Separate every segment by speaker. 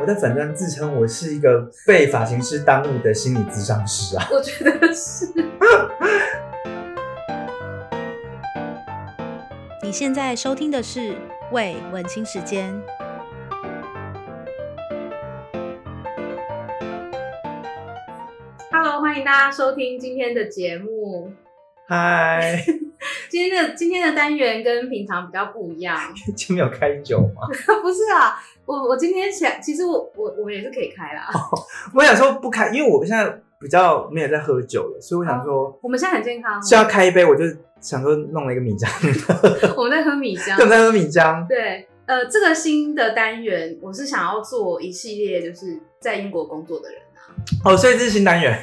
Speaker 1: 我在粉专自称我是一个被发型师耽误的心理咨商师啊。
Speaker 2: 我觉得是。
Speaker 3: 你现在收听的是《为文青时间》。
Speaker 2: Hello，欢迎大家收听今天的节目。
Speaker 1: 嗨，
Speaker 2: 今天的今天的单元跟平常比较不一样，
Speaker 1: 今天有开酒吗？
Speaker 2: 不是啊，我我今天想，其实我我我也是可以开啦。
Speaker 1: 我想说不开，因为我现在比较没有在喝酒了，所以我想说
Speaker 2: 我们现在很健康哦，
Speaker 1: 是要开一杯，我就想说弄了一个米 浆，
Speaker 2: 我们在喝米浆
Speaker 1: 正。在喝米浆。
Speaker 2: 对，呃，这个新的单元，我是想要做一系列，就是在英国工作的人。
Speaker 1: 哦，所以这是新单元，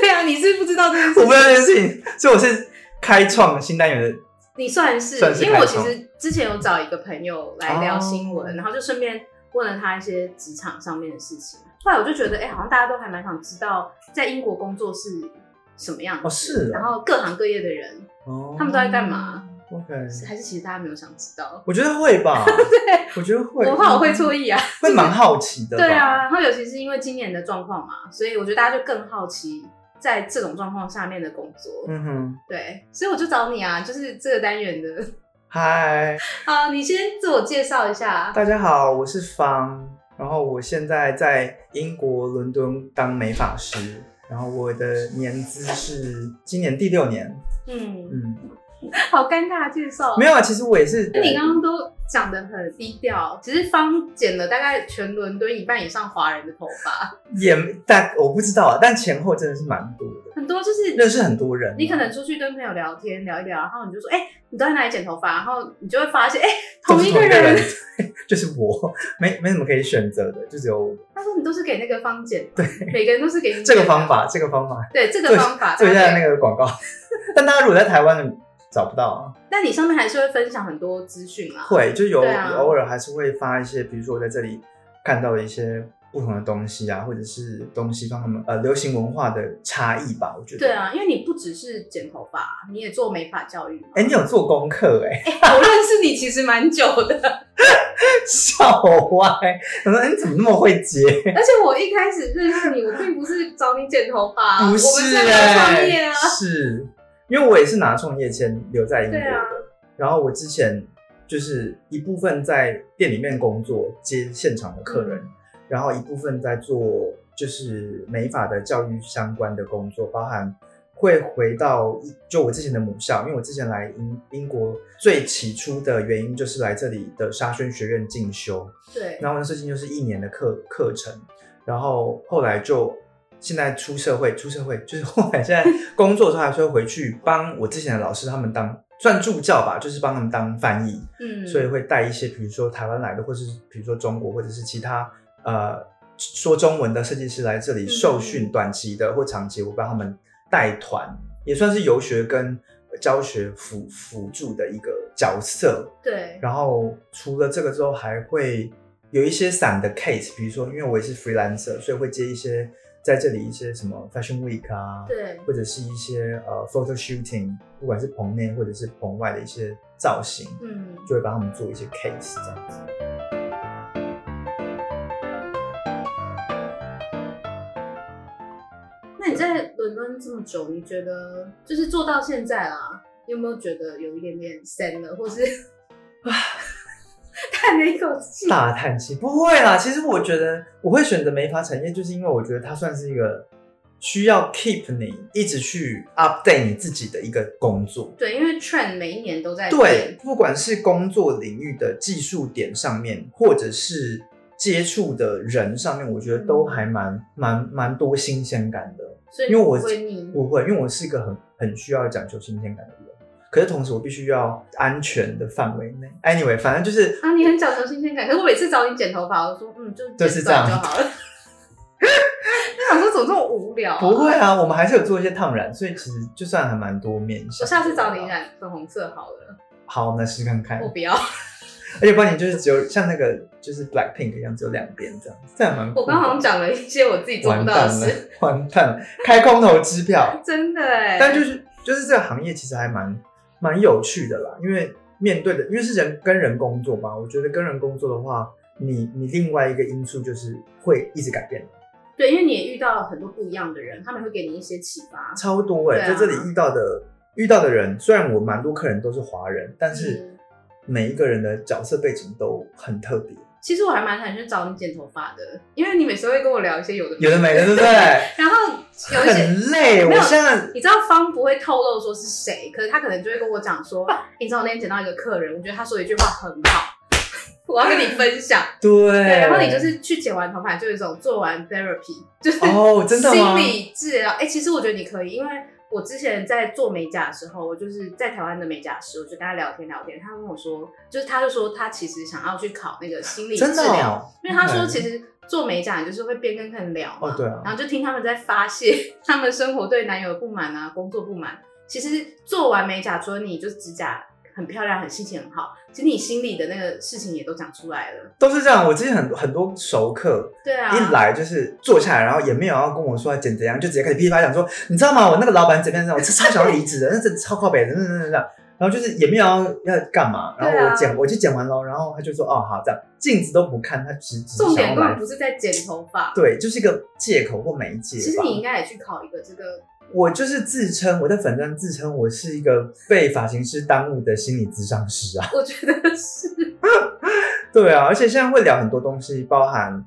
Speaker 2: 对啊，你是不知道这件
Speaker 1: 我
Speaker 2: 事
Speaker 1: 不知
Speaker 2: 情，
Speaker 1: 道这件事情，所以我是开创新单元的。
Speaker 2: 你算是，
Speaker 1: 算是
Speaker 2: 因为我
Speaker 1: 开
Speaker 2: 其
Speaker 1: 创
Speaker 2: 实之前有找一个朋友来聊
Speaker 1: 哦
Speaker 2: 新闻，然后就顺便问了他一些职场上面的事情。后来我就觉得，哎、好像大家都还蛮想知道在英国工作是什么样子，
Speaker 1: 哦是哦
Speaker 2: 然后各行各业的人
Speaker 1: 哦
Speaker 2: 他们都在干嘛？
Speaker 1: ？OK，
Speaker 2: 还是啊其实大家没有想知道。
Speaker 1: 我觉得会 吧。对，我觉得会。嗯
Speaker 2: 我怕我会错意 啊，
Speaker 1: 会蛮好奇的吧。
Speaker 2: 对啊，然后尤其是因为今年的状况嘛，所以我觉得大家就更好奇在这种状况下面的工作，
Speaker 1: 嗯哼，
Speaker 2: 对，所以我就找你啊，就是这个单元的
Speaker 1: 嗨，
Speaker 2: 好，你先自我介绍一下。
Speaker 1: 大家好，我是方，然后我现在在英国伦敦当美发师，然后我的年资是今年第六年。
Speaker 2: 嗯，
Speaker 1: 嗯，
Speaker 2: 好尴尬的介绍。哦
Speaker 1: 没有啊，其实我也是。
Speaker 2: 那你刚刚都讲的很低调，只是方剪了大概全伦敦一半以上华人的头发，
Speaker 1: 也但我不知道啊，但前后真的是蛮多的，
Speaker 2: 很多就是
Speaker 1: 认识很多人啊、
Speaker 2: 你可能出去跟朋友聊天聊一聊，然后你就说，哎、你都在哪里剪头发？然后你就会发现，哎、
Speaker 1: 都
Speaker 2: 同
Speaker 1: 是
Speaker 2: 一
Speaker 1: 同
Speaker 2: 个
Speaker 1: 一个
Speaker 2: 人。
Speaker 1: 人， 就是我，没没什么可以选择的，就只有我
Speaker 2: 他说你都是给那个方剪，对，每个人都是给你剪
Speaker 1: 这个方，法，这个方法。
Speaker 2: 对，这个方法。
Speaker 1: 做一
Speaker 2: 大家
Speaker 1: 下
Speaker 2: 可以
Speaker 1: 那个广告， 但大家如果在台湾找不到啊。
Speaker 2: 那你上面还是会分享很多资讯啊。
Speaker 1: 会，就有、
Speaker 2: 对啊
Speaker 1: 偶尔还是会发一些，比如说我在这里看到的一些不同的东西啊，或者是东西方他们呃流行文化的差异吧，我觉得。
Speaker 2: 对。啊，因为你不只是剪头发，你也做美发教育嘛。
Speaker 1: 哎、你有做功课哎、
Speaker 2: 我认识你其实蛮久的，
Speaker 1: 笑我歪！我说，哎、你怎么那么会接？
Speaker 2: 而且我一开始认识你，我并不是找你剪头发，啊
Speaker 1: 不
Speaker 2: 我们
Speaker 1: 是
Speaker 2: 在
Speaker 1: 哎、
Speaker 2: 聊创业啊。
Speaker 1: 是因为我也是拿创业签留在英国
Speaker 2: 对
Speaker 1: 的，
Speaker 2: 啊
Speaker 1: 然后我之前就是一部分在店里面工作接现场的客人，
Speaker 2: 嗯
Speaker 1: 然后一部分在做就是美法的教育相关的工作，包含会回到就我之前的母校，因为我之前来英英国最起初的原因就是来这里的沙宣学院进修，
Speaker 2: 对，
Speaker 1: 然后我那时候进修是一年的课课程，然后后来就现在出社会，出社会就是后来现在工作的时候还是会回去帮我之前的老师他们当算助教吧，就是帮他们当翻译，
Speaker 2: 嗯，
Speaker 1: 所以会带一些比如说台湾来的，或是比如说中国或者是其他呃说中文的设计师来这里受训，
Speaker 2: 嗯
Speaker 1: 短期的或长期，我帮他们带团，也算是游学跟教学辅辅助的一个角色。
Speaker 2: 对，
Speaker 1: 然后除了这个之后，还会有一些散的 case，比如说，因为我也是 freelancer，所以会接一些在这里一些什么 fashion week 啊，
Speaker 2: 对，
Speaker 1: 或者是一些呃 photo shooting，不管是棚内或者是棚外的一些造型，
Speaker 2: 嗯，
Speaker 1: 就会帮他们做一些 case 这样子。
Speaker 2: 那你在伦敦这么久，你觉得就是做到现在啦，你有没有觉得有一点点 stand 了， 或是叹了一口气？
Speaker 1: 大叹气，不会啦。其实我觉得我会选择美发产业，就是因为我觉得它算是一个需要 keep 你一直去 update 你自己的一个工作。
Speaker 2: 对，因为 trend 每一年都在
Speaker 1: 对
Speaker 2: 变，，
Speaker 1: 不管是工作领域的技术点上面，或者是接触的人上面，我觉得都还蛮蛮蛮多新鲜感的。
Speaker 2: 所以
Speaker 1: 因为
Speaker 2: 你
Speaker 1: 我
Speaker 2: 不会腻，
Speaker 1: 不会，因为我是一个很很需要讲求新鲜感的人，可是同时我必须要安全的范围内。Anyway，反正就是
Speaker 2: 啊，你很讲求新鲜感，可是我每次找你剪头发，我说嗯，就
Speaker 1: 就
Speaker 2: 剪
Speaker 1: 是这样
Speaker 2: 短就好了。 那想说怎么这么无聊、啊？
Speaker 1: 不会，啊，我们还是有做一些烫染，所以其实就算还蛮多面向的。
Speaker 2: 我下次找你哦染粉红色好了，
Speaker 1: 好，那试试看看
Speaker 2: 我。不要。
Speaker 1: 而且不然你就是只有像那个就是 Black Pink 一样，只有两边这样，这样蛮酷的。
Speaker 2: 我刚好像讲了一些我自己做不
Speaker 1: 完
Speaker 2: 到的
Speaker 1: 蛋了
Speaker 2: 事，，
Speaker 1: 完蛋了，开空头支票。
Speaker 2: 真的哎。
Speaker 1: 但就是就是这个行业其实还蛮蛮有趣的啦，因为面对的因为是人跟人工作嘛，我觉得跟人工作的话，你你另外一个因素就是会一直改变，
Speaker 2: 对，因为你也遇到了很多不一样的人，他们会给你一些启发。
Speaker 1: 超多哎、
Speaker 2: 对啊
Speaker 1: 在这里遇到的遇到的人，虽然我蛮多客人都是华人，但是
Speaker 2: 嗯
Speaker 1: 每一个人的角色背景都很特别，
Speaker 2: 其实我还蛮想去找你剪头发的，因为你每次会跟我聊一些有的
Speaker 1: 有的没的，对不对？
Speaker 2: 然后 有一些
Speaker 1: 很累，我
Speaker 2: 没有
Speaker 1: 现在
Speaker 2: 你知道方不会透露说是谁，可是他可能就会跟我讲说，哎你知道我那天捡到一个客人，我觉得他说一句话很好， 我要跟你分享。
Speaker 1: 对，
Speaker 2: 对，然后你就是去剪完头发，就有一种做完 therapy，就是
Speaker 1: 哦，真的吗
Speaker 2: 心？理治疗。哎、其实我觉得你可以，因为我之前在做美甲的时候，我就是在台湾的美甲师，我就跟他聊天聊天，他跟我说，就是他就说他其实想要去考那个心理治
Speaker 1: 真的、
Speaker 2: 疗，
Speaker 1: 哦，
Speaker 2: 因为他说
Speaker 1: OK
Speaker 2: 其实做美甲你就是会边跟客人聊嘛，
Speaker 1: 哦对啊
Speaker 2: 然后就听他们在发泄他们生活对男友的不满啊，工作不满。其实做完美甲，除了你就是指甲很漂亮、很心情很好，其实你心里的那个事情也都讲出来了。
Speaker 1: 都是这样。我之前很很多熟客，
Speaker 2: 对啊，
Speaker 1: 一来就是坐下来，然后也没有要跟我说要剪怎样，就直接开始噼里啪啦讲说，你知道吗？我那个老板怎么样怎么样，我超想要离职的，那真的超靠北的，那那那那。然后就是也没有要要干嘛，然后
Speaker 2: 对啊
Speaker 1: 我剪、我就剪完了，然后他就说哦好这样，镜子都不看，他只只
Speaker 2: 重
Speaker 1: 是想
Speaker 2: 点
Speaker 1: 要
Speaker 2: 根本
Speaker 1: 来，
Speaker 2: 不是在剪头发。
Speaker 1: 对，就是一个借口或媒介吧。
Speaker 2: 其实你应该也去考一个这 个，
Speaker 1: 我就是自称我在粉专自称我是一个被发型师耽误的心理咨商师啊。
Speaker 2: 我觉得是
Speaker 1: 对啊，而且现在会聊很多东西，包含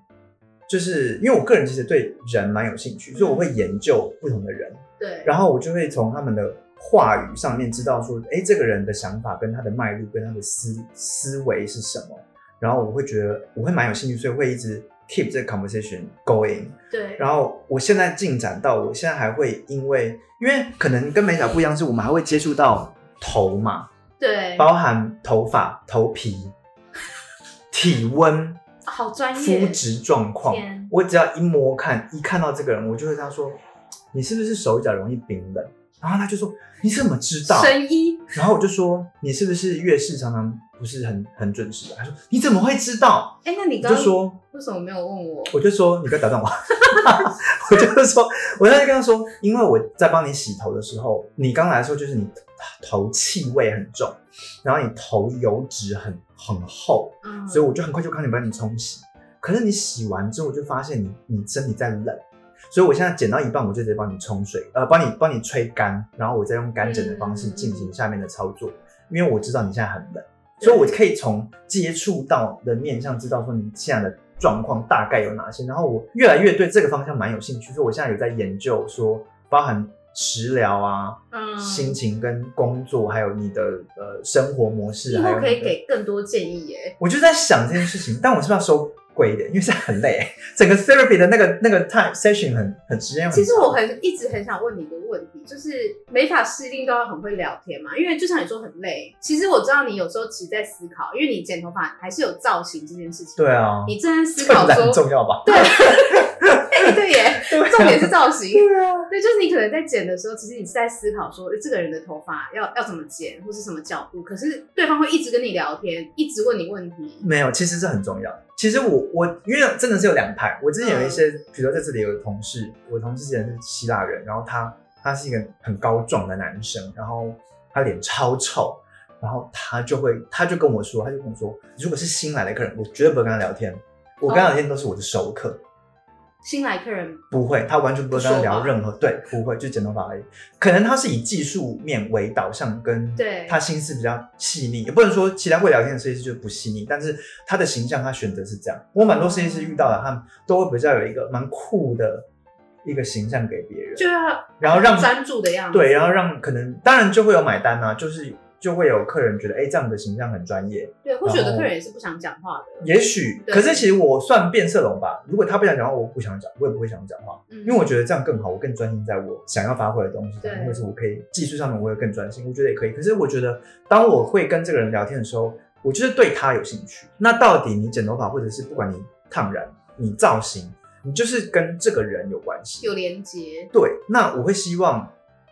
Speaker 1: 就是因为我个人其实对人蛮有兴趣，所以我会研究不同的人，
Speaker 2: 对，
Speaker 1: 然后我就会从他们的话语上面知道说，哎，这个人的想法跟他的脉络跟他的思思维是什么，然后我会觉得我会蛮有兴趣，所以会一直 keep 这个 conversation going。
Speaker 2: 对，
Speaker 1: 然后我现在进展到我现在还会因为因为可能跟美甲不一样，是我们还会接触到头嘛，
Speaker 2: 对，
Speaker 1: 包含头发、头皮、体温、
Speaker 2: 好专业
Speaker 1: 肤，质状况
Speaker 2: 天。
Speaker 1: 我只要一摸看，一看到这个人，我就会跟他说：“你是不是手脚容易冰冷？”然后他就说：“你怎么知道
Speaker 2: 神医，？”
Speaker 1: 然后我就说：“你是不是月事常常不是很很准时啊？”他说：“你怎么会知道
Speaker 2: 哎、那？”你
Speaker 1: 我
Speaker 2: 刚
Speaker 1: 就
Speaker 2: 刚
Speaker 1: 说
Speaker 2: 为什么没有问我？
Speaker 1: 我就说你不要打断我， 我就说，我当时跟他说，因为我在帮你洗头的时候，你刚来的时候就是你头气味很重，然后你头油脂很很厚，
Speaker 2: 嗯，
Speaker 1: 所以我就很快就帮你帮你冲洗。可是你洗完之后，我就发现你你身体在冷，所以我现在剪到一半，我就直接帮你冲水，呃，帮你帮你吹干，然后我再用干枕的方式进行下面的操作，因为我知道你现在很冷。所以我可以从接触到的面上知道说你现在的状况大概有哪些，然后我越来越对这个方向蛮有兴趣，所以我现在有在研究说，包含食疗啊、
Speaker 2: 嗯，
Speaker 1: 心情跟工作，还有你的呃生活模式，
Speaker 2: 以
Speaker 1: 还
Speaker 2: 后
Speaker 1: 有
Speaker 2: 可以
Speaker 1: 你的。
Speaker 2: 给更多建议耶。
Speaker 1: 我就在想这件事情，但我是不是要收贵一点，因为现在很累，整个 therapy 的那个那个 time session 很很时间很长。
Speaker 2: 其实我很一直很想问你一个问题，就是美发师一定都要很会聊天嘛，因为就像你说很累。其实我知道你有时候其实在思考，因为你剪头发还是有造型这件事情。
Speaker 1: 对，啊，
Speaker 2: 你正在思
Speaker 1: 这
Speaker 2: 考
Speaker 1: 个很
Speaker 2: 说，
Speaker 1: 重要吧？
Speaker 2: 对，哎 对耶，
Speaker 1: 对啊
Speaker 2: 重点是造型。
Speaker 1: 对啊，
Speaker 2: 对，就是你可能在剪的时候，其实你是在思考说，诶这个人的头发要要怎么剪，或是什么角度。可是对方会一直跟你聊天，一直问你问题。
Speaker 1: 没有，其实是很重要。其实我我因为真的是有两派，我之前有一些，
Speaker 2: 嗯
Speaker 1: 比如说在这里有同事，我同事之前是希腊人，然后他他是一个很高壮的男生，然后他脸超臭，然后他就会他就跟我说，他就跟我说，如果是新来的客人，我绝对不会跟他聊天，我跟他聊天都是我的熟客，
Speaker 2: 新来客人，
Speaker 1: 不会，他完全不会跟他
Speaker 2: 说
Speaker 1: 聊
Speaker 2: 话
Speaker 1: 任何，对，不会，就剪头发而已。可能他是以技术面为导向，跟
Speaker 2: 对
Speaker 1: 他心思比较细腻，也不能说其他会聊天的设计师就不细腻，但是他的形象他选择是这样。我蛮多设计师遇到的，他们都会比较有一个蛮酷的一个形象给别人，
Speaker 2: 就要
Speaker 1: 然后让
Speaker 2: 专注的样子。
Speaker 1: 对，然后让可能当然就会有买单啊，就是就会有客人觉得，哎，这样的形象很专业，
Speaker 2: 对，或许有
Speaker 1: 然
Speaker 2: 的
Speaker 1: 后
Speaker 2: 客人也是不想讲话的，
Speaker 1: 也许。
Speaker 2: 对
Speaker 1: 可是其实我算变色龙吧，如果他不想讲话，我不想讲，我也不会想讲话。
Speaker 2: 因
Speaker 1: 因为我觉得这样更好，我更专心在我想要发挥的东西上面，
Speaker 2: 对
Speaker 1: 或者是我可以技术上面我也更专心，我觉得也可以。可是我觉得，当我会跟这个人聊天的时候，我就是对他有兴趣。那到底你剪头发，或者是不管你烫染、你造型，你就是跟这个人有关系。
Speaker 2: 有连接，
Speaker 1: 对，那我会希望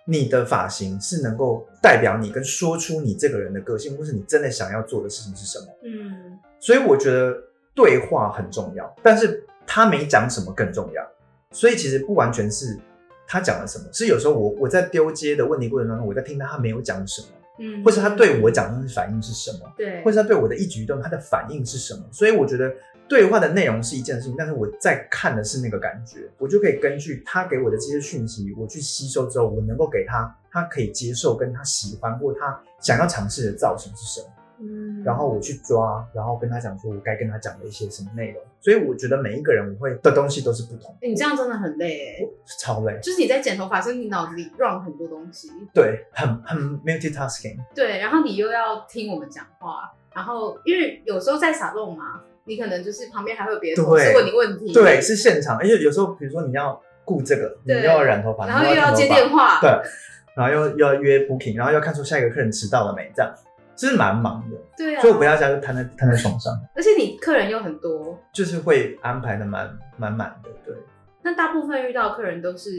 Speaker 1: 你的发型是能够代表你，跟说出你这个人的个性，或是你真的想要做的事情是什么。
Speaker 2: 嗯，
Speaker 1: 所以我觉得对话很重要，但是他没讲什么更重要。所以其实不完全是他讲了什么，是有时候我我在丢接的问题过程当中，我在听他他没有讲什么，
Speaker 2: 嗯，
Speaker 1: 或是他对我讲的反应是什么，
Speaker 2: 对，
Speaker 1: 或是他对我的一举一动他的反应是什么。所以我觉得对话的内容是一件事情，但是我在看的是那个感觉，我就可以根据他给我的这些讯息，我去吸收之后，我能够给他他可以接受、跟他喜欢或他想要尝试的造型是什么。
Speaker 2: 嗯
Speaker 1: 然后我去抓，然后跟他讲说我该跟他讲的一些什么内容。所以我觉得每一个人我会的东西都是不同，
Speaker 2: 欸你这样真的很累哎、
Speaker 1: 超累，
Speaker 2: 就是你在剪头发，时候，你脑子里 run 很多东西，
Speaker 1: 对，很很 multitasking，
Speaker 2: 对，然后你又要听我们讲话，然后因为有时候在撒弄嘛，你可能就是旁边还会有别的同事
Speaker 1: 对
Speaker 2: 问你问题，
Speaker 1: 对，，是现场，而且有时候比如说你要顾这个，你
Speaker 2: 对
Speaker 1: 又要染头发，
Speaker 2: 然后又
Speaker 1: 你
Speaker 2: 要
Speaker 1: 烫
Speaker 2: 接
Speaker 1: 头发
Speaker 2: 电话，
Speaker 1: 对，然后又又要约 booking，然后要看出下一个客人迟到了没，这样就是蛮忙的，
Speaker 2: 对啊，
Speaker 1: 所以我回到家就瘫在瘫在床上，
Speaker 2: 而且你客人又很多，
Speaker 1: 就是会安排的蛮蛮满的，对，
Speaker 2: 那大部分遇到的客人都是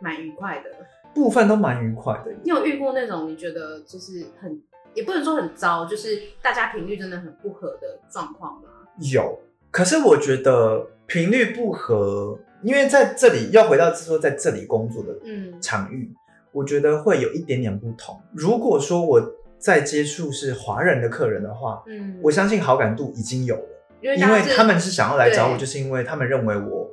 Speaker 2: 蛮愉快的。
Speaker 1: 部分都蛮愉快的，
Speaker 2: 你有遇过那种你觉得就是很，也不能说很糟，就是大家频率真的很不合的状况吗？
Speaker 1: 有，可是我觉得频率不合，因为在这里要回到说在这里工作的
Speaker 2: 嗯
Speaker 1: 场域，我觉得会有一点点不同。如果说我在接触是华人的客人的话，
Speaker 2: 嗯，
Speaker 1: 我相信好感度已经有了，
Speaker 2: 因为
Speaker 1: 因为他们
Speaker 2: 是
Speaker 1: 是想要来找我，
Speaker 2: 对
Speaker 1: 就是因为他们认为我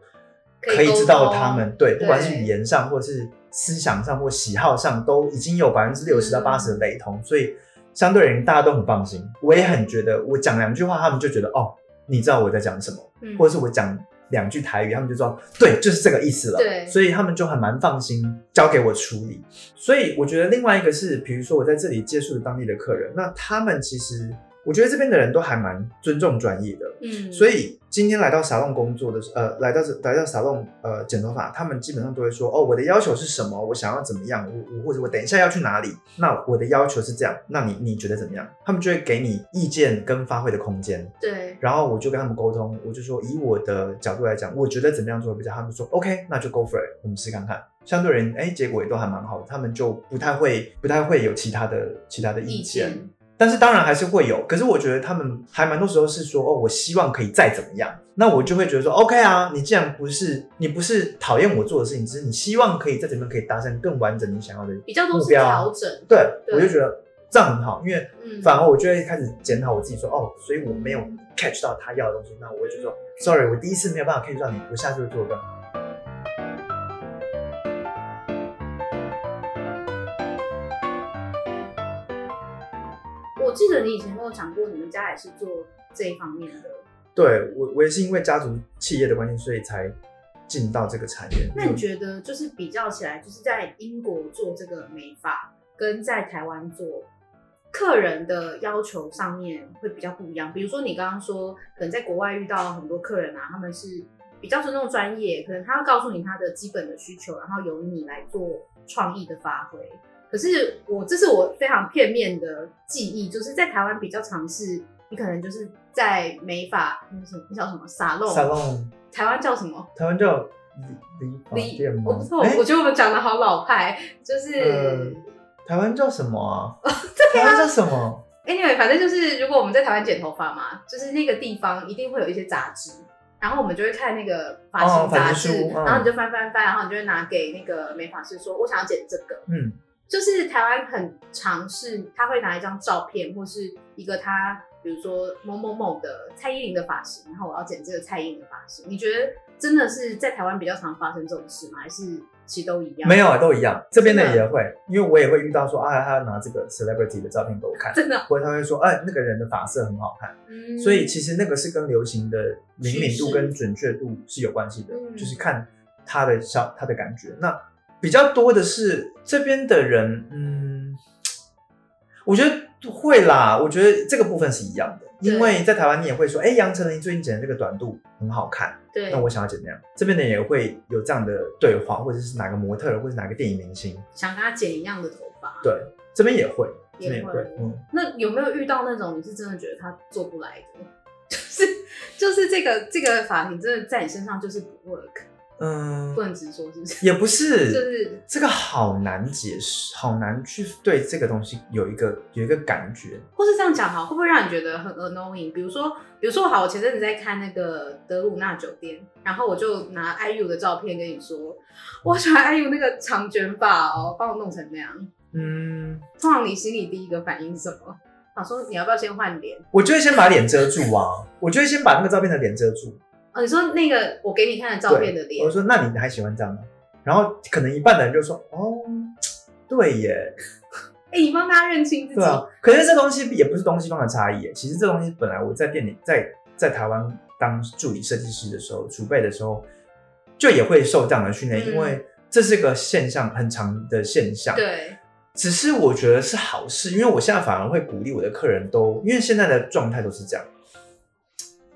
Speaker 2: 可以
Speaker 1: 可以
Speaker 2: 沟
Speaker 1: 知道
Speaker 2: 通
Speaker 1: 他们对，不管是
Speaker 2: 对
Speaker 1: 语言上或是思想上或喜好上，都已经有百分之六
Speaker 2: 嗯
Speaker 1: 十到八十的雷同，所以相对而言大家都很放心。我也很觉得，我讲两句话，他们就觉得哦，你知道我在讲什么，
Speaker 2: 嗯
Speaker 1: 或者是我讲两句台语，他们就知道对，就是这个意思了。
Speaker 2: 对
Speaker 1: 所以他们就很蛮放心交给我处理。所以我觉得另外一个是，比如说我在这里接触的当地的客人，那他们其实我觉得这边的人都还蛮尊重专业的，
Speaker 2: 嗯，
Speaker 1: 所以今天来到沙龙工作的时，呃，来到来到沙龙，呃，剪头发，他们基本上都会说，哦，我的要求是什么？我想要怎么样？我我或者我等一下要去哪里？那我的要求是这样，那你你觉得怎么样？他们就会给你意见跟发挥的空间。
Speaker 2: 对
Speaker 1: 然后我就跟他们沟通，我就说以我的角度来讲，我觉得怎么样做比较好。他们说 OK，那就 go for it，我们试看看。相对而言，哎，结果也都还蛮好的，他们就不太会不太会有其他的其他的意
Speaker 2: 意
Speaker 1: 见。
Speaker 2: 见
Speaker 1: 但是当然还是会有，可是我觉得他们还蛮多时候是说哦，我希望可以再怎么样，那我就会觉得说 OK 啊，你既然不是你不是讨厌我做的事情，只是你希望可以再怎么样可以达成更完整你想要的，
Speaker 2: 比较多
Speaker 1: 目
Speaker 2: 是
Speaker 1: 标
Speaker 2: 调整，
Speaker 1: 对
Speaker 2: 对
Speaker 1: 我就觉得这样很好，因为
Speaker 2: 嗯，
Speaker 1: 反而我就会开始检讨我自己说，哦，所以我没有 catch 到他要的东西，那我就说 sorry，我第一次没有办法 catch 到你，我下次会做得更好。
Speaker 2: 我记得你以前跟我讲过，你们家也是做这一方面的。
Speaker 1: 对我，我也是因为家族企业的关系，所以才进到这个产业。
Speaker 2: 那你觉得就是比较起来，就是在英国做这个美发，跟在台湾做客人的要求上面会比较不一样。比如说你刚刚说，可能在国外遇到很多客人啊，他们是比较尊重专业，可能他要告诉你他的基本的需求，然后由你来做创意的发挥。可是我这是我非常片面的记忆，就是在台湾比较尝试，你可能就是在美发那个什么那叫什么沙龙，
Speaker 1: 沙龙
Speaker 2: 台湾叫什么？
Speaker 1: 台湾叫理理发
Speaker 2: 理
Speaker 1: 店吗？
Speaker 2: 我不错，
Speaker 1: 诶
Speaker 2: 我觉得我们讲的好老派，就是、
Speaker 1: 呃台湾叫什么 啊？台湾叫什么？
Speaker 2: anyway，反正就是如果我们在台湾剪头发嘛，就是那个地方一定会有一些杂志，然后我们就会看那个发
Speaker 1: 哦
Speaker 2: 型杂
Speaker 1: 发
Speaker 2: 志，
Speaker 1: 型书嗯
Speaker 2: 然后你就翻翻翻，然后你就会拿给那个美发师说，我想要剪这个，
Speaker 1: 嗯，
Speaker 2: 就是台湾很尝试，他会拿一张照片或是一个他，比如说某某某的蔡依林的发型，然后我要剪这个蔡依林的发型。你觉得真的是在台湾比较常发生这种事吗？还是其实都一样？
Speaker 1: 没有，啊，都一样。这边的
Speaker 2: 真的
Speaker 1: 也会，因为我也会遇到说啊，他拿这个 celebrity 的照片给我看，
Speaker 2: 真的，
Speaker 1: 或者他会说，哎、那个人的发色很好看。
Speaker 2: 嗯
Speaker 1: 所以其实那个是跟流行的灵敏
Speaker 2: 趋
Speaker 1: 度
Speaker 2: 势
Speaker 1: 跟准确度是有关系的，
Speaker 2: 嗯
Speaker 1: 就是看他的小他的感觉。那比较多的是这边的人，嗯，我觉得会啦，我觉得这个部分是一样的，
Speaker 2: 对
Speaker 1: 因为在台湾你也会说，哎、杨丞琳最近剪的这个短度很好看，
Speaker 2: 对，
Speaker 1: 那我想要剪那样。这边的人也会有这样的对话，或者是哪个模特儿，或者是哪个电影明星，
Speaker 2: 想跟他剪一样的头发。
Speaker 1: 对，这边也会，这
Speaker 2: 也
Speaker 1: 边也
Speaker 2: 会
Speaker 1: 会，嗯。
Speaker 2: 那有没有遇到那种你是真的觉得他做不来的？ 就是就是这个这个发型真的在你身上就是不 work，
Speaker 1: 嗯
Speaker 2: 不能直说是不是？
Speaker 1: 也不是，
Speaker 2: 就是
Speaker 1: 这个好难解释，好难去对这个东西有一个有一个感觉。
Speaker 2: 或是这样讲好，会不会让你觉得很 annoying？比如说，比如说，好，我前阵子在看那个德鲁纳酒店，然后我就拿 IU 的照片跟你说，我喜欢 IU 那个长卷发哦，帮我弄成那样。
Speaker 1: 嗯，
Speaker 2: 通常你心里第一个反应是什么？想说你要不要先换脸？
Speaker 1: 我就会先把脸遮住啊，我就会先把那个照片的脸遮住。
Speaker 2: 哦，你说那个我给你看的照片的
Speaker 1: 我
Speaker 2: 脸
Speaker 1: 就，说那你还喜欢这样吗？然后可能一半的人就说哦，对耶，
Speaker 2: 哎、你帮大家认清自己，
Speaker 1: 对啊。可是这东西也不是东西方的差异耶，其实这东西本来我在店里在在台湾当助理设计师的时候，储备的时候就也会受这样的训练，因
Speaker 2: 嗯
Speaker 1: 为这是个现象，很长的现象。。
Speaker 2: 对
Speaker 1: 只是我觉得是好事，因为我现在反而会鼓励我的客人都，因为现在的状态都是这样，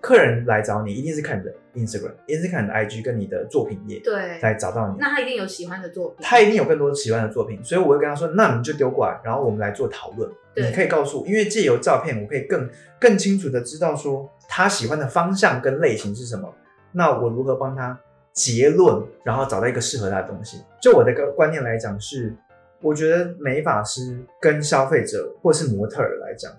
Speaker 1: 客人来找你一定是看你的 Instagram，一定是看你的 IG 跟你的作品页
Speaker 2: 对
Speaker 1: 才找到你，
Speaker 2: 那他一定有喜欢的作品，
Speaker 1: 他一定有更多喜欢的作品，所以我会跟他说，那你就丢过来，然后我们来做讨论。
Speaker 2: 对
Speaker 1: 你可以告诉我，因为借由照片，我可以更更清楚的知道说他喜欢的方向跟类型是什么，那我如何帮他结论，然后找到一个适合他的东西。就我的个观念来讲是。我觉得美发师跟消费者或是模特儿来讲，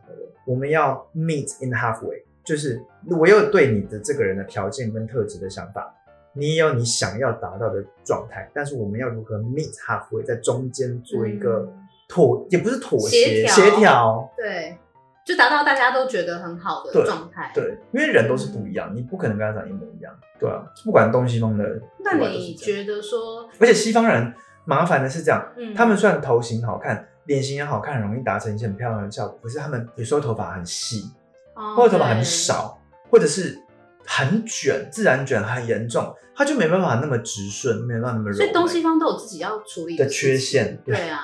Speaker 1: 我们要 meet in halfway，就是我有对你的这个人的条件跟特质的想法，你也有你想要达到的状态，但是我们要如何 meet halfway，在中间做一个
Speaker 2: 嗯
Speaker 1: 妥，也不是妥
Speaker 2: 协
Speaker 1: 协，
Speaker 2: 调
Speaker 1: 协调，
Speaker 2: 对，就达到大家都觉得很好的
Speaker 1: 对
Speaker 2: 状态。，
Speaker 1: 对，因为人都是不一样，你不可能跟他长一模一样，对啊，不管东西方的，
Speaker 2: 那
Speaker 1: 国外都是
Speaker 2: 你
Speaker 1: 这样
Speaker 2: 觉得说，
Speaker 1: 而且西方人麻烦的是这样，
Speaker 2: 嗯，
Speaker 1: 他们虽然头型好看，脸型也好看，很容易达成一些很漂亮的效果，可是他们有时候头发很细，
Speaker 2: 哦
Speaker 1: 或者头发很
Speaker 2: 对
Speaker 1: 少，或者是很卷，自然卷很严重，他就没办法那么直顺，没办法那么柔美，
Speaker 2: 所以东西方都有自己要处理
Speaker 1: 的
Speaker 2: 事情
Speaker 1: 缺陷
Speaker 2: 对啊，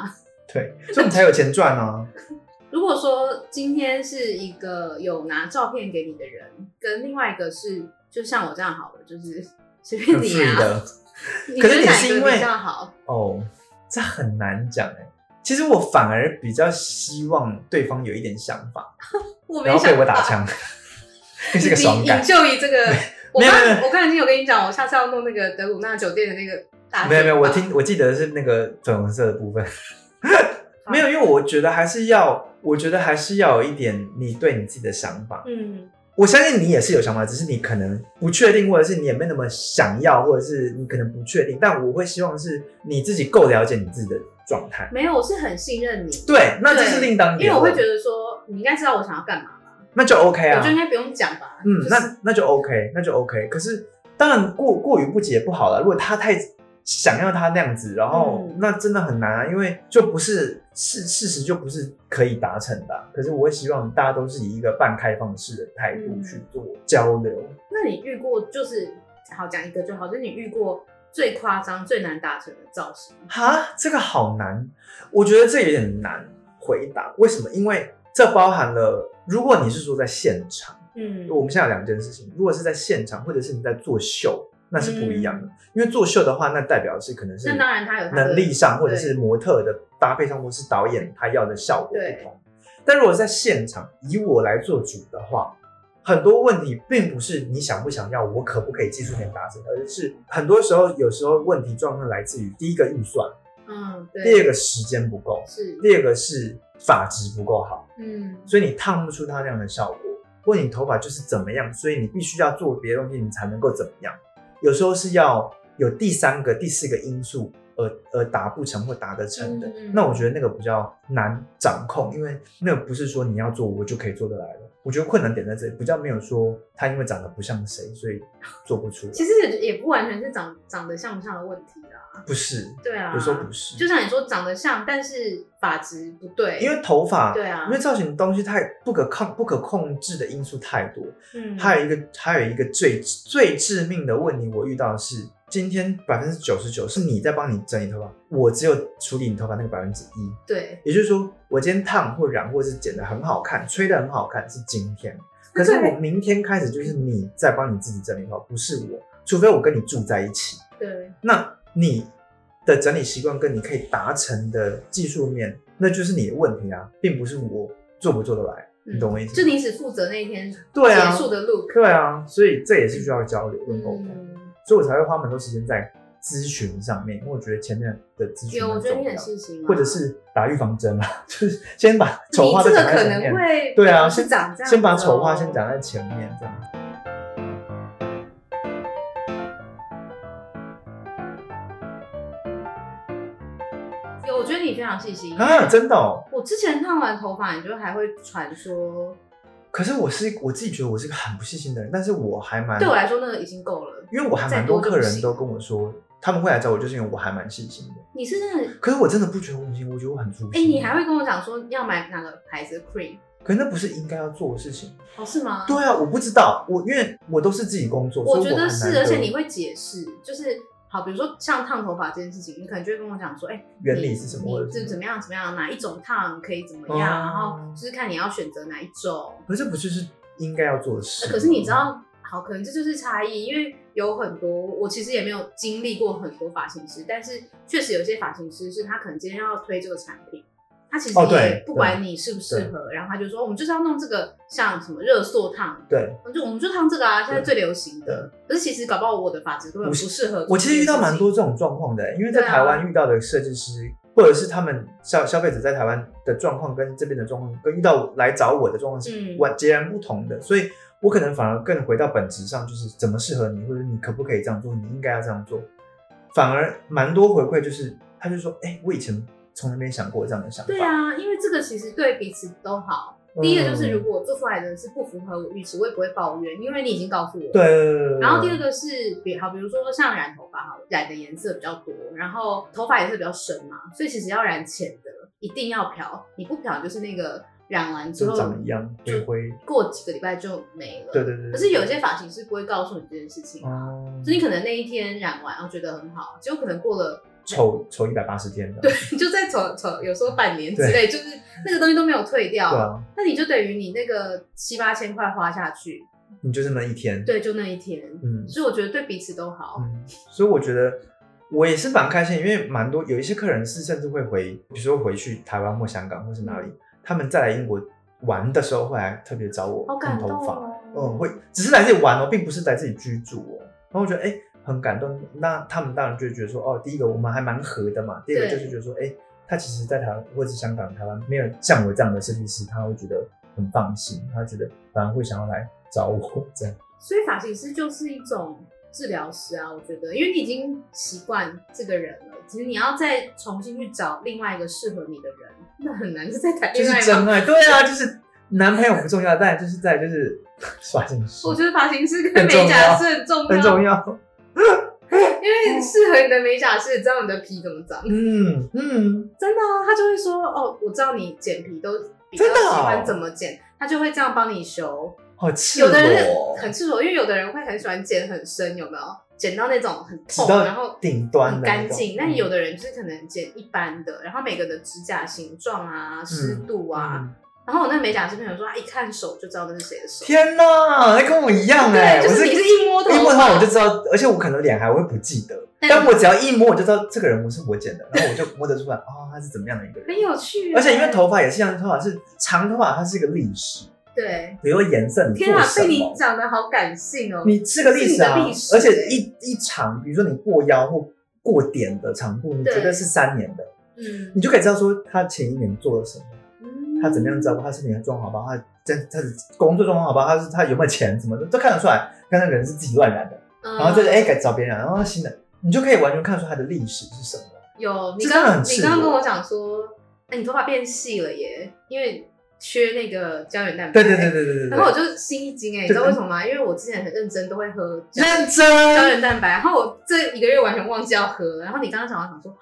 Speaker 1: 对，所以我们才有钱赚 啊。
Speaker 2: 如果说今天是一个有拿照片给你的人，跟另外一个是就像我这样好了，就是随便
Speaker 1: 很
Speaker 2: 你
Speaker 1: free
Speaker 2: 啊，
Speaker 1: 的
Speaker 2: 你觉
Speaker 1: 可是
Speaker 2: 得
Speaker 1: 你
Speaker 2: 哪
Speaker 1: 是
Speaker 2: 一
Speaker 1: 因
Speaker 2: 个
Speaker 1: 为
Speaker 2: 比较好？
Speaker 1: 哦，这很难讲哎、其实我反而比较希望对方有一点想法，
Speaker 2: 我没
Speaker 1: 然后被
Speaker 2: 想
Speaker 1: 我打
Speaker 2: 到
Speaker 1: 枪， 这是个爽感
Speaker 2: 呃你。就以这个，我
Speaker 1: 没
Speaker 2: 刚
Speaker 1: 有没有
Speaker 2: 我刚才已经有跟你讲，我下次要弄那个德鲁纳酒店的那个大
Speaker 1: 没有没有，我
Speaker 2: 卷发
Speaker 1: 听我记得是那个粉红色的部 分，没有，因为我觉得还是要，我觉得还是要有一点你对你自己的想法。
Speaker 2: 嗯，
Speaker 1: 我相信你也是有想法，只是你可能不确定，或者是你也没那么想要，或者是你可能不确定。但我会希望是你自己够了解你自己的状态。
Speaker 2: 没有，我是很信任你，
Speaker 1: 对，那这
Speaker 2: 对
Speaker 1: 是另当别
Speaker 2: 因为
Speaker 1: 论。
Speaker 2: 我会觉得说你应该知道我想要干嘛，
Speaker 1: 那就 OK 啊，
Speaker 2: 我就应该不用讲吧。
Speaker 1: 嗯
Speaker 2: 就，是
Speaker 1: 那那就 OK，那就 OK。可是当然过过于不解不好了。如果他太想要他那样子，然后、
Speaker 2: 嗯
Speaker 1: 那真的很难啊，因为就不是事事实就不是可以达成的啊、可是我会希望大家都是以一个半开放式的态度
Speaker 2: 嗯
Speaker 1: 去做交流。
Speaker 2: 那你遇过就是好讲一个就好，就是你遇过最夸张、最难达成的造型，
Speaker 1: 哈，这个好难，我觉得这有点难回答。为什么？因为这包含了，如果你是说在现场。
Speaker 2: 嗯
Speaker 1: 我们现在有两件事情，如果是在现场，或者是你在做秀，那是不一样的。因为做秀的话，那代表是可能是
Speaker 2: 嗯那当然它有它的
Speaker 1: 能力上，或者是模特的搭配上，或是导演他要的效果
Speaker 2: 对
Speaker 1: 不同。但如果是在现场，以我来做主的话，很多问题并不是你想不想要，我可不可以技术点达成，而是很多时候有时候问题状况来自于第一个预算，
Speaker 2: 嗯，
Speaker 1: 第二
Speaker 2: 对，
Speaker 1: 个时间不够，
Speaker 2: 是，
Speaker 1: 第二个是发质不够好。
Speaker 2: 嗯，
Speaker 1: 所以你烫不出它那样的效果，或你头发就是怎么样，所以你必须要做别的东西，你才能够怎么样。有时候是要有第三个、第四个因素而而达不成或达得成的。
Speaker 2: 嗯嗯
Speaker 1: 那我觉得那个比较难掌控，因为那个不是说你要做我就可以做得来的。我觉得困难点在这里，比较没有说他因为长得不像谁，所以做不出。
Speaker 2: 其实也不完全是长长得像不像的问题啦，
Speaker 1: 不是，
Speaker 2: 对啊，
Speaker 1: 有时候不是，
Speaker 2: 就像你说长得像，但是发质不对，
Speaker 1: 因为头发，
Speaker 2: 对啊
Speaker 1: 因为造型的东西太不可抗、不可控制的因素太多，
Speaker 2: 嗯，
Speaker 1: 还有一个，还有一个最最致命的问题，我遇到的是，今天百分之九十九是你在帮你整理头发，我只有处理你头发那个百分之一。
Speaker 2: 对，
Speaker 1: 也就是说，我今天烫或染或是剪得很好看，吹得很好看是今天，可是我明天开始就是你在帮你自己整理头发，不是我，除非我跟你住在一起。
Speaker 2: 对，
Speaker 1: 那你的整理习惯跟你可以达成的技术面，那就是你的问题啊，并不是我做不做得来，
Speaker 2: 嗯
Speaker 1: 你懂我意思吗？
Speaker 2: 就你只负责那一天
Speaker 1: 对啊
Speaker 2: 结束的 look，
Speaker 1: 对啊，所以这也是需要交流跟沟通。
Speaker 2: 嗯，
Speaker 1: 所以我才会花蛮多时间在咨询上面，因为我觉得前面的咨询
Speaker 2: 有，我
Speaker 1: 很
Speaker 2: 觉得
Speaker 1: 重
Speaker 2: 你很
Speaker 1: 要，
Speaker 2: 细心啊，
Speaker 1: 或者是打预防针啦， 就是先把丑
Speaker 2: 你
Speaker 1: 话
Speaker 2: 这
Speaker 1: 都
Speaker 2: 个
Speaker 1: 讲在
Speaker 2: 可
Speaker 1: 前
Speaker 2: 能
Speaker 1: 面，
Speaker 2: 会
Speaker 1: 对啊，
Speaker 2: 不是
Speaker 1: 先
Speaker 2: 长这样子哦，
Speaker 1: 先把丑话先讲在前面，这样。
Speaker 2: 有，我觉得你非常细心
Speaker 1: 啊啊，真的哦，
Speaker 2: 我之前烫完头发，你就还会传说
Speaker 1: 可是我是我自己觉得我是个很不细心的人，但是我还蛮
Speaker 2: 对我啊来说，那个已经够了。
Speaker 1: 因为我还蛮
Speaker 2: 再多就
Speaker 1: 客
Speaker 2: 不
Speaker 1: 人
Speaker 2: 行
Speaker 1: 都跟我说，他们会来找我，就是因为我还蛮细心的。
Speaker 2: 你是真的，
Speaker 1: 可是我真的不觉得我很细心，我觉得我很粗心。
Speaker 2: 哎、你还？会跟我讲说要买哪个牌子的 cream？
Speaker 1: 可是那不是应该要做的事情。
Speaker 2: 哦，是吗？
Speaker 1: 对啊，我不知道，我因为我都是自己工作，
Speaker 2: 我
Speaker 1: 所以
Speaker 2: 觉
Speaker 1: 很
Speaker 2: 得
Speaker 1: 难
Speaker 2: 是，而且
Speaker 1: 得
Speaker 2: 你会解释，就是好，比如说像烫头发这件事情，你可能就会跟我讲说，哎、
Speaker 1: 原理是什么
Speaker 2: 你
Speaker 1: 或者
Speaker 2: 你就是
Speaker 1: 什么
Speaker 2: 怎么样怎么样，哪一种烫可以怎么
Speaker 1: 哦
Speaker 2: 样，然后就是看你要选择哪一种。
Speaker 1: 可是不就是应该要做的事吗？
Speaker 2: 可是你知道，好，可能这就是差异，因为有很多我其实也没有经历过很多发型师，但是确实有些发型师是他可能今天要推这个产品。他其实
Speaker 1: 哦对
Speaker 2: 也不
Speaker 1: 对
Speaker 2: 管你适不适合，然后他就说我们就是要弄这个，像什么热塑烫，
Speaker 1: 对，
Speaker 2: 我就我们就烫这个啊，现在最流行的。可是其实搞不好我的发质根本不适合。
Speaker 1: 我其实遇到蛮多，这种状况的、因为在
Speaker 2: 对啊
Speaker 1: 台湾遇到的设计师，或者是他们消消费者在台湾的状况跟这边的状况，跟遇到来找我的状况是
Speaker 2: 嗯
Speaker 1: 完截然不同的，所以我可能反而更回到本质上，就是怎么适合你，或者你可不可以这样做，你应该要这样做。反而蛮多回馈就是，他就说，哎、我以前从来没想过这样的想法。
Speaker 2: 对啊，因为这个其实对彼此都好。
Speaker 1: 嗯，
Speaker 2: 第一个就是如果做出来的是不符合我预期，我也不会抱怨，因为你已经告诉我。
Speaker 1: 对。对。对对
Speaker 2: 然后第二
Speaker 1: 对
Speaker 2: 个是，比好，比如说像染头发，好了，染的颜色比较多，然后头发颜色比较深嘛，所以其实要染浅的，一定要漂，你不漂就是那个染完之
Speaker 1: 就
Speaker 2: 后
Speaker 1: 长得一样灰灰。
Speaker 2: 过几个礼拜就没了。
Speaker 1: 对对对对
Speaker 2: 可是有些发型师不会告诉你这件事情啊，
Speaker 1: 哦、
Speaker 2: 所以你可能那一天染完，然后觉得很好，结果可能过了。
Speaker 1: 丑丑一百八十天的。
Speaker 2: 对，就在从从有时候半年之类，就是那个东西都没有退掉，
Speaker 1: 对啊，
Speaker 2: 那你就等于你那个七八千块花下去，
Speaker 1: 你就这么一天。，
Speaker 2: 对，就那一天。
Speaker 1: 嗯。
Speaker 2: 所以我觉得对彼此都好，
Speaker 1: 嗯，所以我觉得我也是蛮开心，因为蛮多有一些客人是甚至会回，比如说回去台湾或香港或是哪
Speaker 2: 嗯
Speaker 1: 里，他们再来英国玩的时候会来特别找我
Speaker 2: 好
Speaker 1: 烫
Speaker 2: 感动
Speaker 1: 头发，
Speaker 2: 哦。
Speaker 1: 嗯，会只是来这里玩哦，并不是来这里居住哦。然后我觉得哎、很感动，那他们当然就会觉得说哦，第一个我们还蛮合的嘛，第二个
Speaker 2: 对
Speaker 1: 就是觉得说哎、他其实在台湾或是香港、台湾没有像我这样的设计师，他会觉得很放心，他觉得反而会想要来找我这样。
Speaker 2: 所以发型师就是一种治疗师啊，我觉得，因为你已经习惯这个人了，其实你要再重新去找另外一个适合你的人，那很难，是在谈
Speaker 1: 就
Speaker 2: 恋
Speaker 1: 是
Speaker 2: 爱
Speaker 1: 真
Speaker 2: 吗？
Speaker 1: 爱，对啊，就是男朋友不重要，但就是在就是 耍性事
Speaker 2: 我觉得发型师跟
Speaker 1: 很重
Speaker 2: 美甲
Speaker 1: 要
Speaker 2: 师很重要，
Speaker 1: 很重要。
Speaker 2: 因为适合你的美甲师知道你的皮怎么长。
Speaker 1: 嗯嗯，
Speaker 2: 真的啊，他就会说哦，我知道你剪皮都比较
Speaker 1: 真的哦
Speaker 2: 喜欢怎么剪，他就会这样帮你修。
Speaker 1: 好赤
Speaker 2: 有
Speaker 1: 裸
Speaker 2: 的人
Speaker 1: 哦，
Speaker 2: 很赤裸，因为有的人会很喜欢剪很深，有没有？剪到那种很
Speaker 1: 直
Speaker 2: 痛，
Speaker 1: 到
Speaker 2: 然后
Speaker 1: 顶端的
Speaker 2: 很
Speaker 1: 那种嗯
Speaker 2: 干净。但有的人就是可能剪一般的，然后每个的指甲形状啊、湿度啊。
Speaker 1: 嗯
Speaker 2: 然后我那美甲师朋友说，他啊一看手就知道那是谁的手。
Speaker 1: 天哪，那跟我一样哎、
Speaker 2: 对，就
Speaker 1: 我
Speaker 2: 是你是一摸头发，嗯
Speaker 1: 一摸他我就知道，而且我可能脸还会不记得，但我只要一摸我就知道这个人不是我剪的，然后我就摸得出来，哦，他是怎么样的一个人
Speaker 2: 很。有趣欸。
Speaker 1: 而且因为头发也是像头发是长头发，它是一个历史，
Speaker 2: 对，
Speaker 1: 比如说颜色，你做
Speaker 2: 天啊，
Speaker 1: 什
Speaker 2: 被
Speaker 1: 么？
Speaker 2: 你讲的好感性哦。
Speaker 1: 你是个历史
Speaker 2: 是你
Speaker 1: 啊，
Speaker 2: 的历史
Speaker 1: 而且一一长，比如说你过腰或过点的长度，你
Speaker 2: 对
Speaker 1: 觉得是三年的，
Speaker 2: 嗯
Speaker 1: 你，就可以知道说他前一年做了什么，
Speaker 2: 嗯
Speaker 1: 他怎么样照顾，他身体的状况好不好，他在他的工作状况好不好，他是他有没有钱什么的都看得出来。看那个人是自己乱染的，
Speaker 2: 嗯
Speaker 1: 然后就是哎改找别人染，然后新的，你嗯就可以完全看出他的历史是什么。
Speaker 2: 有，你
Speaker 1: 这真的
Speaker 2: 刚
Speaker 1: 很
Speaker 2: 你
Speaker 1: 赤
Speaker 2: 刚刚
Speaker 1: 裸
Speaker 2: 跟我讲说，哎、你头发变细了耶，因为缺那个胶原蛋白。
Speaker 1: 对对对。对对对
Speaker 2: 然后我
Speaker 1: 对，
Speaker 2: 就心一惊哎、你
Speaker 1: 对
Speaker 2: 知道为什么吗？因为我之前很认真都会喝胶
Speaker 1: 认
Speaker 2: 胶
Speaker 1: 真，
Speaker 2: 原蛋白，然后我这一个月完全忘记要喝。然后你刚刚讲到想说，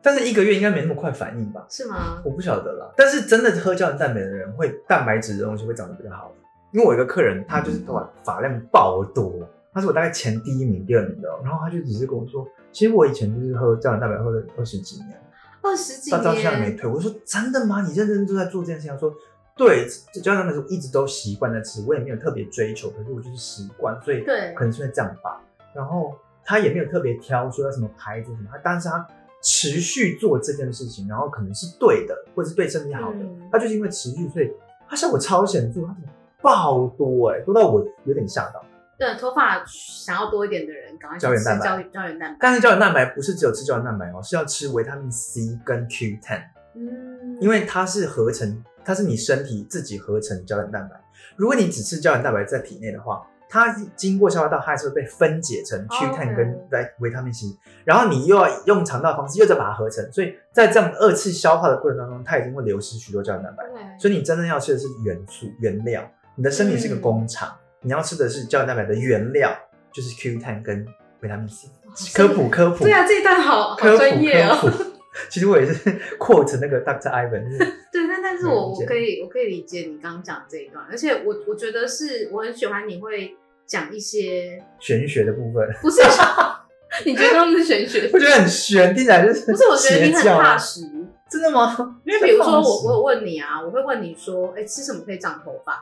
Speaker 1: 但是一个月应该没那么快反应吧？
Speaker 2: 是吗？
Speaker 1: 我不晓得啦，但是真的喝胶原蛋白的人会蛋白质的东西会长得比较好。因为我有一个客人，他就是头发发量爆多，他是我大概前第一名、第二名的哦，然后他就只是跟我说，其实我以前就是喝胶原蛋白喝了二十几年，
Speaker 2: 二十几
Speaker 1: 到到现在没
Speaker 2: 年，
Speaker 1: 退。我说真的吗？你认真都在做这件事情？他说对，这胶原蛋白是我一直都习惯在吃，我也没有特别追求，可是我就是习惯，所以
Speaker 2: 对
Speaker 1: 可能是因为这样吧。然后他也没有特别挑说要什么牌子什么，他但是他持续做这件事情，然后可能是对的，或是对身体好的，
Speaker 2: 嗯
Speaker 1: 他就是因为持续，所以他效果超显著，他怎么爆多哎、多到我有点吓到。
Speaker 2: 对，头发想要多一点的人，赶快去
Speaker 1: 胶原
Speaker 2: 吃
Speaker 1: 蛋白
Speaker 2: 胶胶原蛋白。
Speaker 1: 但是胶原蛋白不是只有吃胶原蛋白哦，是要吃维他命 C 跟 Q10，
Speaker 2: 嗯，
Speaker 1: 因为它是合成，它是你身体自己合成胶原蛋白。如果你只吃胶原蛋白在体内的话，它经过消化道，它还是会被分解成
Speaker 2: 哦
Speaker 1: 去碳
Speaker 2: OK
Speaker 1: 跟来维他命 C，、然后你又要用肠道的方式又再把它合成，所以在这样二次消化的过程当中，它已经会流失许多胶原蛋白。
Speaker 2: 对，
Speaker 1: 所以你真正要吃的是元素原料，你的身体
Speaker 2: 嗯
Speaker 1: 是个工厂，你要吃的是胶原蛋白的原料，就是 Q 碳跟维他命 C。科普科普，
Speaker 2: 对啊，这一段好好
Speaker 1: 科普
Speaker 2: 专业哦。
Speaker 1: 科普 其实我也是 quote 那个 Dr. Ivan，就是
Speaker 2: 对，但但是
Speaker 1: 能
Speaker 2: 我
Speaker 1: 理
Speaker 2: 我
Speaker 1: 解
Speaker 2: 可以我可以理解你刚刚讲这一段，而且我我觉得是我很喜欢你会讲一些
Speaker 1: 玄学的部分，
Speaker 2: 不是，你觉得他们是玄学？
Speaker 1: 我觉得很玄，听起来就是
Speaker 2: 不是，我觉得你很
Speaker 1: 邪教啊
Speaker 2: 踏实，
Speaker 1: 真的吗？
Speaker 2: 因为比 如说我我
Speaker 1: 我
Speaker 2: 有问你啊，我会问你说，哎、吃什么可以长头发？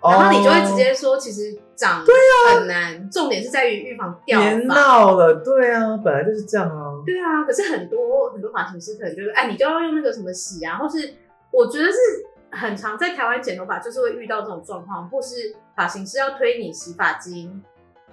Speaker 1: 哦
Speaker 2: 然后你就会直接说，其实长对啊很难，重点是在于预防掉
Speaker 1: 别
Speaker 2: 发。
Speaker 1: 闹哦了，对啊，本来就是这样啊。
Speaker 2: 对啊，可是很多很多发型师可能就是，哎，你就要用那个什么洗啊，或是我觉得是很常在台湾剪头发就是会遇到这种状况，或是发型师要推你洗发精，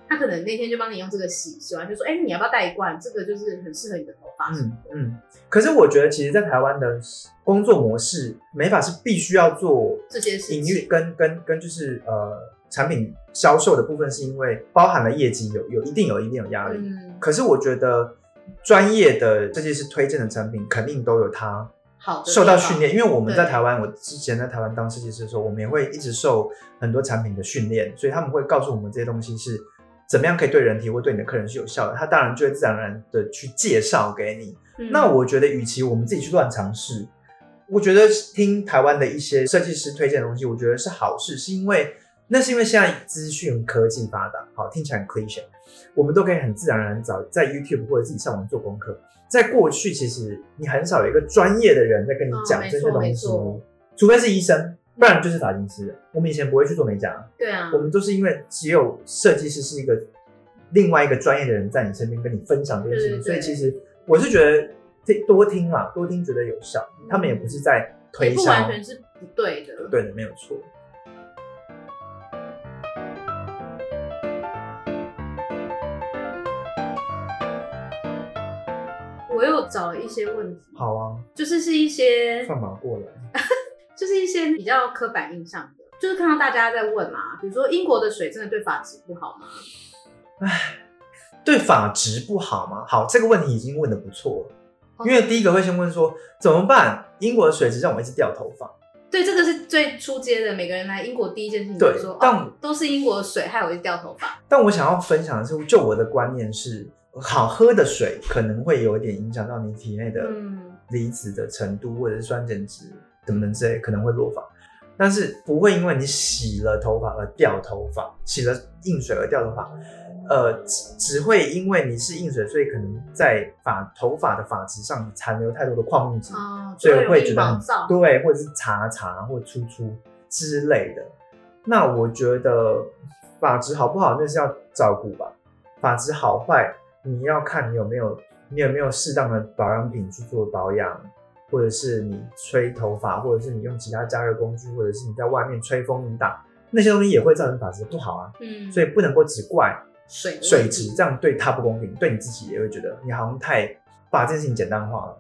Speaker 2: 他可能那天就帮你用这个洗，洗完就说，哎、你要不要带一罐？这个就是很适合你的头发。
Speaker 1: 嗯嗯，可是我觉得其实，在台湾的工作模式，美发是必须要做
Speaker 2: 这些事
Speaker 1: 营运
Speaker 2: 情，
Speaker 1: 跟跟跟就是呃产品销售的部分，是因为包含了业绩有有一定有一定有压力。
Speaker 2: 嗯，
Speaker 1: 可是我觉得专业的设计师推荐的产品肯定都有它
Speaker 2: 好的地方，
Speaker 1: 受到训练，因为我们在
Speaker 2: 对啊
Speaker 1: 台湾，我之前在台湾当设计师的时候，我们也会一直受很多产品的训练，所以他们会告诉我们这些东西是怎么样可以对人体或对你的客人是有效的，他当然就会自然而然的去介绍给你。
Speaker 2: 嗯，
Speaker 1: 那我觉得，与其我们自己去乱尝试，我觉得听台湾的一些设计师推荐的东西，我觉得是好事，是因为那是因为现在资讯科技发达，好听起来很 cliche，我们都可以很自然而然找在 YouTube 或者自己上网做功课。在过去，其实你很少有一个专业的人在跟你
Speaker 2: 嗯
Speaker 1: 讲
Speaker 2: 没
Speaker 1: 这些
Speaker 2: 错
Speaker 1: 东
Speaker 2: 没
Speaker 1: 西
Speaker 2: 错，嗯
Speaker 1: 除非是医生，不然就是发型师。我们以前不会去做美甲啊，
Speaker 2: 对啊，
Speaker 1: 我们都是因为只有设计师是一个另外一个专业的人在你身边跟你分享这件事情，
Speaker 2: 对对对
Speaker 1: 所以其实我是觉得听多听啦，多听觉得有效，
Speaker 2: 嗯
Speaker 1: 他们也不是在推
Speaker 2: 也不
Speaker 1: 销，
Speaker 2: 完全是不对的，
Speaker 1: 对的，没有错。
Speaker 2: 我又找了一些问题，
Speaker 1: 好啊，
Speaker 2: 就是是一些
Speaker 1: 放马过来，
Speaker 2: 就是一些比较刻板印象的，就是看到大家在问嘛，比如说英国的水真的对发质不好吗？
Speaker 1: 对发质不好吗？好，这个问题已经问的不错了。
Speaker 2: 哦
Speaker 1: 因为第一个会先问说怎么办？英国的水质让我一直掉头发，
Speaker 2: 对，这个是最出街的，每个人来英国第一件事情就
Speaker 1: 对
Speaker 2: 是说，
Speaker 1: 但
Speaker 2: 哦，都是英国的水害我一直掉头发。
Speaker 1: 但我想要分享的是，就我的观念是，好喝的水可能会有一点影响到你体内的
Speaker 2: 嗯
Speaker 1: 离子的程度，或者是酸碱值等等之类，可能会落发。但是不会因为你洗了头发而掉头发，洗了硬水而掉头发，呃，只只会因为你是硬水，所以可能在发头发的发质上残留太多的矿物质，
Speaker 2: 哦，
Speaker 1: 所
Speaker 2: 就
Speaker 1: 以
Speaker 2: 容
Speaker 1: 会觉
Speaker 2: 易
Speaker 1: 得
Speaker 2: 毛
Speaker 1: 很
Speaker 2: 躁。
Speaker 1: 对，或者是茶茶或粗粗之类的。那我觉得发质好不好，那是要照顾吧。发质好坏，你要看你有没有你有没有适当的保养品去做保养，或者是你吹头发，或者是你用其他加热工具，或者是你在外面吹风雨打，那些东西也会造成发质不好啊。
Speaker 2: 嗯，
Speaker 1: 所以不能够只怪
Speaker 2: 水的
Speaker 1: 水
Speaker 2: 问
Speaker 1: 质，
Speaker 2: 题
Speaker 1: 这样对他不公平，对你自己也会觉得你好像太把这件事情简单化了，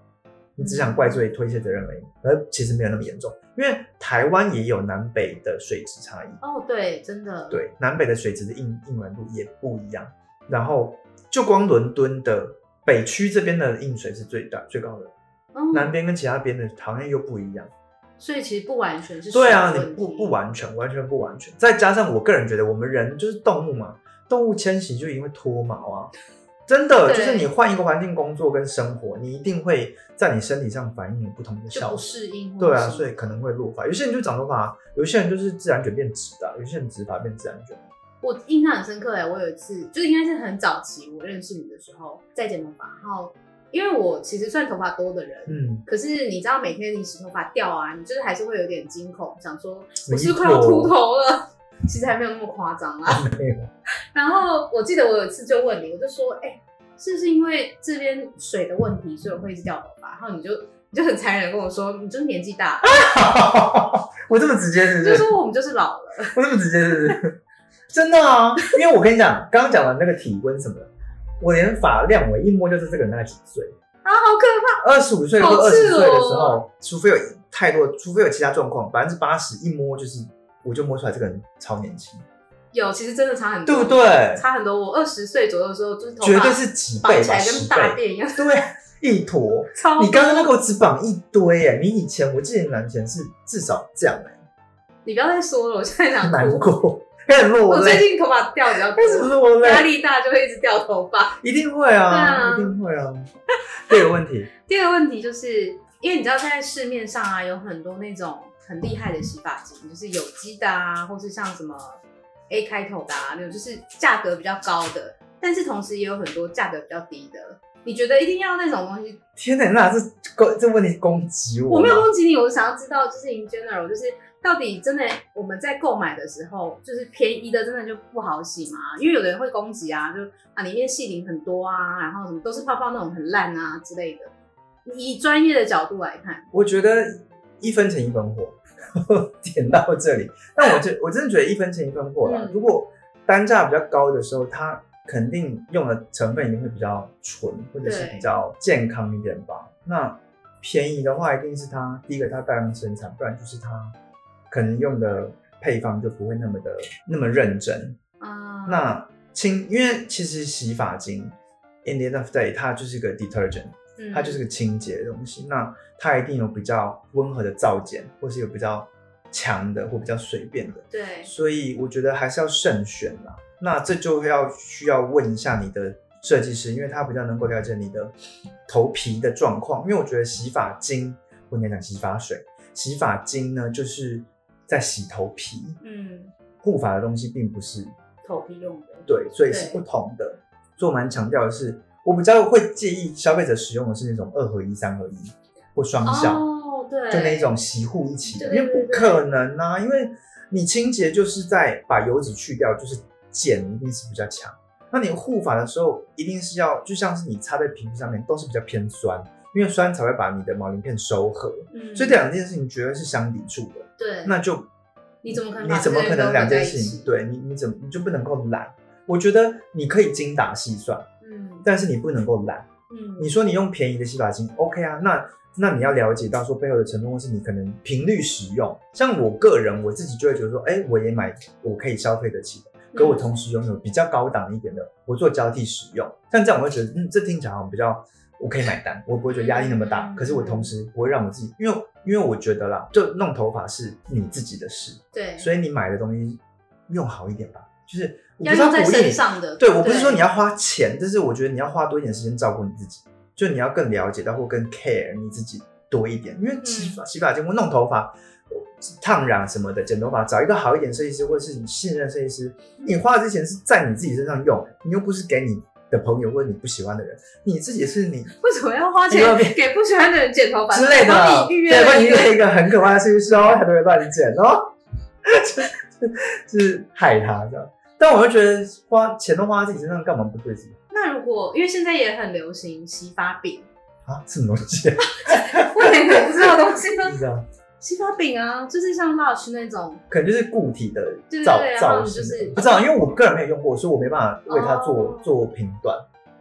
Speaker 1: 你只想怪罪推卸责任而已，而其实没有那么严重，因为台湾也有南北的水质差异，
Speaker 2: 哦，对，真的，，
Speaker 1: 对，南北的水质的硬硬软度也不一样，然后就光伦敦的北区这边的硬水是最大最高的，
Speaker 2: 嗯，
Speaker 1: 南边跟其他边的好像又不一样。
Speaker 2: 所以其实不完全是水
Speaker 1: 对啊，
Speaker 2: 的问
Speaker 1: 你不
Speaker 2: 题
Speaker 1: 不完全，完全不完全。再加上我个人觉得，我们人就是动物嘛，动物迁徙就因为脱毛啊，真的
Speaker 2: 对
Speaker 1: 就是你换一个环境工作跟生活，你一定会在你身体上反映有不同的
Speaker 2: 就
Speaker 1: 效
Speaker 2: 不
Speaker 1: 果。
Speaker 2: 适应或
Speaker 1: 对
Speaker 2: 者什
Speaker 1: 啊，
Speaker 2: 么，
Speaker 1: 所以可能会落发。有些人就长头发，啊有些人就是自然卷变直的啊、有些人直发变自然卷。
Speaker 2: 我印象很深刻哎，我有一次就应该是很早期我认识你的时候在剪头发，然后因为我其实算头发多的人，
Speaker 1: 嗯，
Speaker 2: 可是你知道每天你洗头发掉啊，你就是还是会有点惊恐，想说
Speaker 1: 没
Speaker 2: 我是不是快要
Speaker 1: 错
Speaker 2: 秃头了， 其实还没有那么夸 张啦。
Speaker 1: 没有，
Speaker 2: 然后我记得我有一次就问你，我就说，哎、是不是因为这边水的问题，所以我会一直掉头发？然后你就你就很残忍地跟我说，你就是年纪 大了，
Speaker 1: 我这么直接是
Speaker 2: 你
Speaker 1: 不？
Speaker 2: 就是说我们就是老了。
Speaker 1: 我这么直接是不是？真的啊，因为我跟你讲，刚刚讲的那个体温什么的，我连发量我一摸就知道这个人大概几岁。
Speaker 2: 啊，好可怕！
Speaker 1: 二十五岁或
Speaker 2: 好
Speaker 1: 二
Speaker 2: 赤
Speaker 1: 十岁的时
Speaker 2: 裸
Speaker 1: 候，除非有太多，除非有其他状况，百分之八十一摸就是，我就摸出来这个人超年轻。
Speaker 2: 有，其实真的差很多，
Speaker 1: 对不？对？
Speaker 2: 差很多。我二十岁左右的时候，就是头发
Speaker 1: 绝对是几
Speaker 2: 绑
Speaker 1: 倍
Speaker 2: 起
Speaker 1: 吧，
Speaker 2: 来
Speaker 1: 十
Speaker 2: 跟大
Speaker 1: 倍，
Speaker 2: 便一样，
Speaker 1: 对，一坨。
Speaker 2: 超
Speaker 1: 你刚刚
Speaker 2: 多
Speaker 1: 那个我只绑一堆哎、你以前我记得你以前是至少这样哎、
Speaker 2: 你不要再说了，我现在想
Speaker 1: 难
Speaker 2: 哭。
Speaker 1: 过，开始落
Speaker 2: 我最
Speaker 1: 泪，
Speaker 2: 近头发掉比 较多
Speaker 1: 开，始落
Speaker 2: 压
Speaker 1: 泪，
Speaker 2: 力大就会一直掉头发。
Speaker 1: 一定会啊，
Speaker 2: 对啊
Speaker 1: 一定会啊。 第二个问题，
Speaker 2: 第二个问题就是，因为你知道现在市面上啊有很多那种很厉害的洗发精，就是有机的啊，或是像什么 A 开头的啊那种，就是价格比较高的，但是同时也有很多价格比较低的。你觉得一定要那种东西
Speaker 1: 天哪，那这攻这问题攻击我吗，
Speaker 2: 我没有攻击你，我是想要知道，就是 in general，就是到底真的我们在购买的时候，就是便宜的真的就不好洗吗？因为有的人会攻击啊，就啊里面细鳞很多啊，然后什么都是泡泡那种很烂啊之类的。以专业的角度来看，
Speaker 1: 我觉得一分钱一分货， 点到这里。但 我真我真的觉得一分钱一分货啦。
Speaker 2: 嗯
Speaker 1: 如果单价比较高的时候，它肯定用的成分一定会比较纯，或者是
Speaker 2: 对
Speaker 1: 比较健康一点吧。那便宜的话，一定是它第一个它大量生产，不然就是它可能用的配方就不会那么的那么认真。
Speaker 2: 嗯，
Speaker 1: 那清，因为其实洗发精 in the end of the day 它就是一个 detergent。
Speaker 2: 嗯
Speaker 1: 它就是个清洁的东西，那它一定有比较温和的皂碱，或是有比较强的或比较随便的，
Speaker 2: 对，
Speaker 1: 所以我觉得还是要慎选啦。那这就要需要问一下你的设计师，因为他比较能够了解你的头皮的状况。因为我觉得洗发精，我应该讲洗发水，洗发精呢就是在洗头皮，
Speaker 2: 嗯，
Speaker 1: 护发的东西并不是
Speaker 2: 头皮用的，
Speaker 1: 对，所以是不
Speaker 2: 对
Speaker 1: 同的。所以我蛮强调的是，我比较会建议消费者使用的是那种二合一、三合一或双效，
Speaker 2: 哦，对，
Speaker 1: 就那一种洗护一起的，
Speaker 2: 对
Speaker 1: 因
Speaker 2: 对
Speaker 1: 为不可能啊，因为你清洁就是在把油脂去掉，就是碱一定是比较强。那你护发的时候，一定是要就像是你擦在皮肤上面，都是比较偏酸，因为酸才会把你的毛鳞片收合，
Speaker 2: 嗯，
Speaker 1: 所以这两件事情绝对是相抵触的。
Speaker 2: 对，
Speaker 1: 那就
Speaker 2: 你怎么可能
Speaker 1: 你
Speaker 2: 把
Speaker 1: 怎么可能两件事
Speaker 2: 这些
Speaker 1: 情？
Speaker 2: 都
Speaker 1: 对你，你怎么你就不能够懒？我觉得你可以精打细算，
Speaker 2: 嗯
Speaker 1: 但是你不能够懒。
Speaker 2: 嗯，
Speaker 1: 你说你用便宜的洗发精，OK 啊？那那你要了解到说背后的成分，或是你可能频率使用。像我个人，我自己就会觉得说，哎、我也买我可以消费得起的，可
Speaker 2: 嗯
Speaker 1: 我同时拥有比较高档一点的，我做交替使用。像这样，我会觉得，嗯，这听起来好像比较。我可以买单，我不会觉得压力那么大。
Speaker 2: 嗯
Speaker 1: 可是我同时不会让我自己，因为因为我觉得啦，就弄头发是你自己的事，
Speaker 2: 对，
Speaker 1: 所以你买的东西用好一点吧，就是我不
Speaker 2: 要
Speaker 1: 是
Speaker 2: 用在
Speaker 1: 鼓励
Speaker 2: 身
Speaker 1: 你，
Speaker 2: 上的，
Speaker 1: 对我不是说你要花钱，但是我觉得你要花多一点时间照顾你自己，就你要更了解到或更 care 你自己多一点，因
Speaker 2: 嗯
Speaker 1: 为洗发、洗发精或弄头发、烫染什么的，剪头发，找一个好一点设计师或是你信任设计师，
Speaker 2: 嗯
Speaker 1: 你花的这钱是在你自己身上用，你又不是给你的朋友或者你不喜欢的人，你自己是你
Speaker 2: 为什么要花
Speaker 1: 你
Speaker 2: 钱
Speaker 1: 要变
Speaker 2: 给不喜欢的人剪头发
Speaker 1: 之类的，啊
Speaker 2: 帮你预约
Speaker 1: 对，
Speaker 2: 了
Speaker 1: 帮你
Speaker 2: 一
Speaker 1: 预
Speaker 2: 个
Speaker 1: 约一个很可怕的设计师哦，他都会乱剪哦， 就是就是害他这样。但我就觉得花钱都花在自己身上，干嘛不对自己
Speaker 2: 那如果因为现在也很流行洗发饼，
Speaker 1: 啊？什么东西、啊？
Speaker 2: 我连个不知道的东西 呢
Speaker 1: 是。这样，
Speaker 2: 洗发饼啊，就是像 Lush 那种，
Speaker 1: 可能就是固体的
Speaker 2: 对对
Speaker 1: 造
Speaker 2: 对然后
Speaker 1: 造
Speaker 2: 你
Speaker 1: 型
Speaker 2: 就
Speaker 1: 的，
Speaker 2: 是
Speaker 1: 不知道，因为我个人没有用过，所以我没办法为它做、
Speaker 2: 哦
Speaker 1: 做评断。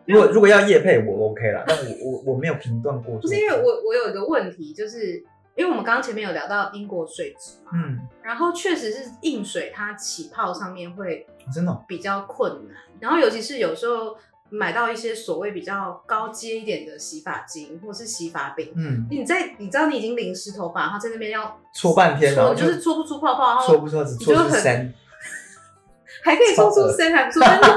Speaker 1: 如果如果要业配，我 OK 啦，但我我我没有评断过。
Speaker 2: 不是因为我我有一个问题，就是因为我们刚刚前面有聊到英国水质嘛，
Speaker 1: 嗯，
Speaker 2: 然后确实是硬水它起泡上面会
Speaker 1: 真的哦、
Speaker 2: 比较困难，然后尤其是有时候买到一些所谓比较高阶一点的洗发精或是洗发饼，
Speaker 1: 嗯，
Speaker 2: 你在你知道你已经淋湿头发，然后在那边要
Speaker 1: 搓半天然后
Speaker 2: 搓就是搓不出泡泡，然
Speaker 1: 搓
Speaker 2: 后
Speaker 1: 不搓只
Speaker 2: 你
Speaker 1: 搓
Speaker 2: 就
Speaker 1: 出
Speaker 2: 很
Speaker 1: 三
Speaker 2: 还可以搓出声，还不错。但是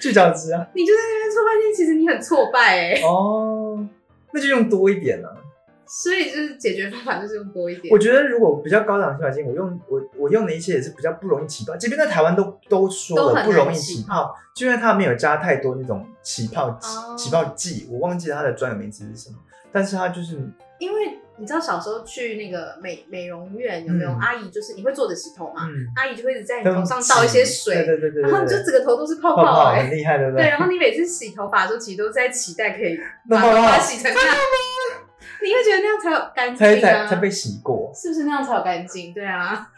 Speaker 1: 就脚趾啊。
Speaker 2: 你就在那边搓半天，其实你很挫败哎、
Speaker 1: 哦，那就用多一点啊了、
Speaker 2: 所以就是解决方法就是用多一点
Speaker 1: 我。觉得如果比较高档的洗发精，我用我我用的一些也是比较不容易起泡，即便在台湾都都
Speaker 2: 都
Speaker 1: 说
Speaker 2: 很
Speaker 1: 了
Speaker 2: 难
Speaker 1: 不容易
Speaker 2: 起
Speaker 1: 起泡，就因为它没有加太多那种起泡剂、
Speaker 2: 哦
Speaker 1: 起泡剂，我忘记它的专有名词是什么，但是它就是
Speaker 2: 因为你知道小时候去那个美美容院有没有、
Speaker 1: 嗯
Speaker 2: 阿姨，就是你会坐着洗头嘛，
Speaker 1: 嗯，
Speaker 2: 阿姨就会一直在你
Speaker 1: 跟
Speaker 2: 头上倒一些
Speaker 1: 挤
Speaker 2: 水，
Speaker 1: 对对对对对，
Speaker 2: 然后你就
Speaker 1: 对
Speaker 2: 整个头都是泡
Speaker 1: 泡泡
Speaker 2: 哎、
Speaker 1: 很厉害，对不
Speaker 2: 对，然后你每次洗头发的时候，其实都在期待可以
Speaker 1: 那
Speaker 2: 把
Speaker 1: 泡
Speaker 2: 头
Speaker 1: 泡
Speaker 2: 发洗成那样，你会觉得那样才有干
Speaker 1: 才
Speaker 2: 净
Speaker 1: 才
Speaker 2: 啊，
Speaker 1: 才被洗过，
Speaker 2: 是不是那样才有干净？对啊，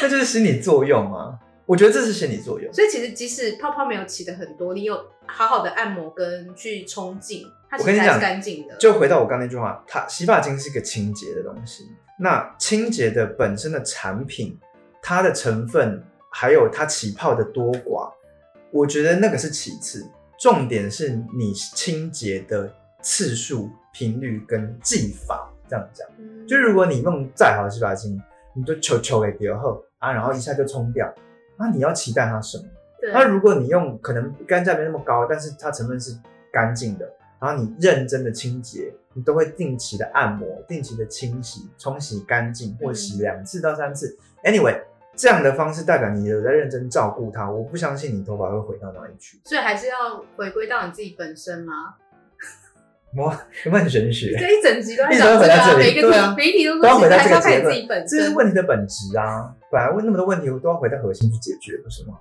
Speaker 1: 那就是心理作用啊，我觉得这是心理作用。
Speaker 2: 所以其实即使泡泡没有起的很多，你有好好的按摩跟去冲净，它
Speaker 1: 我
Speaker 2: 其
Speaker 1: 跟
Speaker 2: 实
Speaker 1: 你
Speaker 2: 还
Speaker 1: 讲
Speaker 2: 是干净的。
Speaker 1: 就回到我刚才那句话，它洗发精是一个清洁的东西，那清洁的本身的产品，它的成分还有它起泡的多寡，我觉得那个是其次，重点是你清洁的次数、频率跟技法。这样讲，
Speaker 2: 嗯
Speaker 1: 就如果你用再好的洗发精，你就球球给别后啊，然后一下就冲掉，那你要期待它什么？
Speaker 2: 对，
Speaker 1: 那如果你用可能干价没那么高，但是它成分是干净的，然后你认真的清洁，你都会定期的按摩、定期的清洗、冲洗干净，或
Speaker 2: 嗯
Speaker 1: 洗两次到三次。Anyway，这样的方式代表你有在认真照顾它。我不相信你头发会回到哪里去。
Speaker 2: 所以还是要回归到你自己本身嘛。
Speaker 1: 哇，有没有很神学？
Speaker 2: 这一整集都在
Speaker 1: 一直都
Speaker 2: 讲
Speaker 1: 回
Speaker 2: 个
Speaker 1: 到
Speaker 2: 啊，
Speaker 1: 这里
Speaker 2: 每一个
Speaker 1: 对
Speaker 2: 题、
Speaker 1: 啊
Speaker 2: 每一题都
Speaker 1: 都要
Speaker 2: 说
Speaker 1: 回到
Speaker 2: 还
Speaker 1: 这
Speaker 2: 是
Speaker 1: 个
Speaker 2: 要
Speaker 1: 结
Speaker 2: 看你自
Speaker 1: 论
Speaker 2: 己本
Speaker 1: 这是
Speaker 2: 身。
Speaker 1: 问题的本质啊！本来问那么多问题，我都要回到核心去解决，不是吗？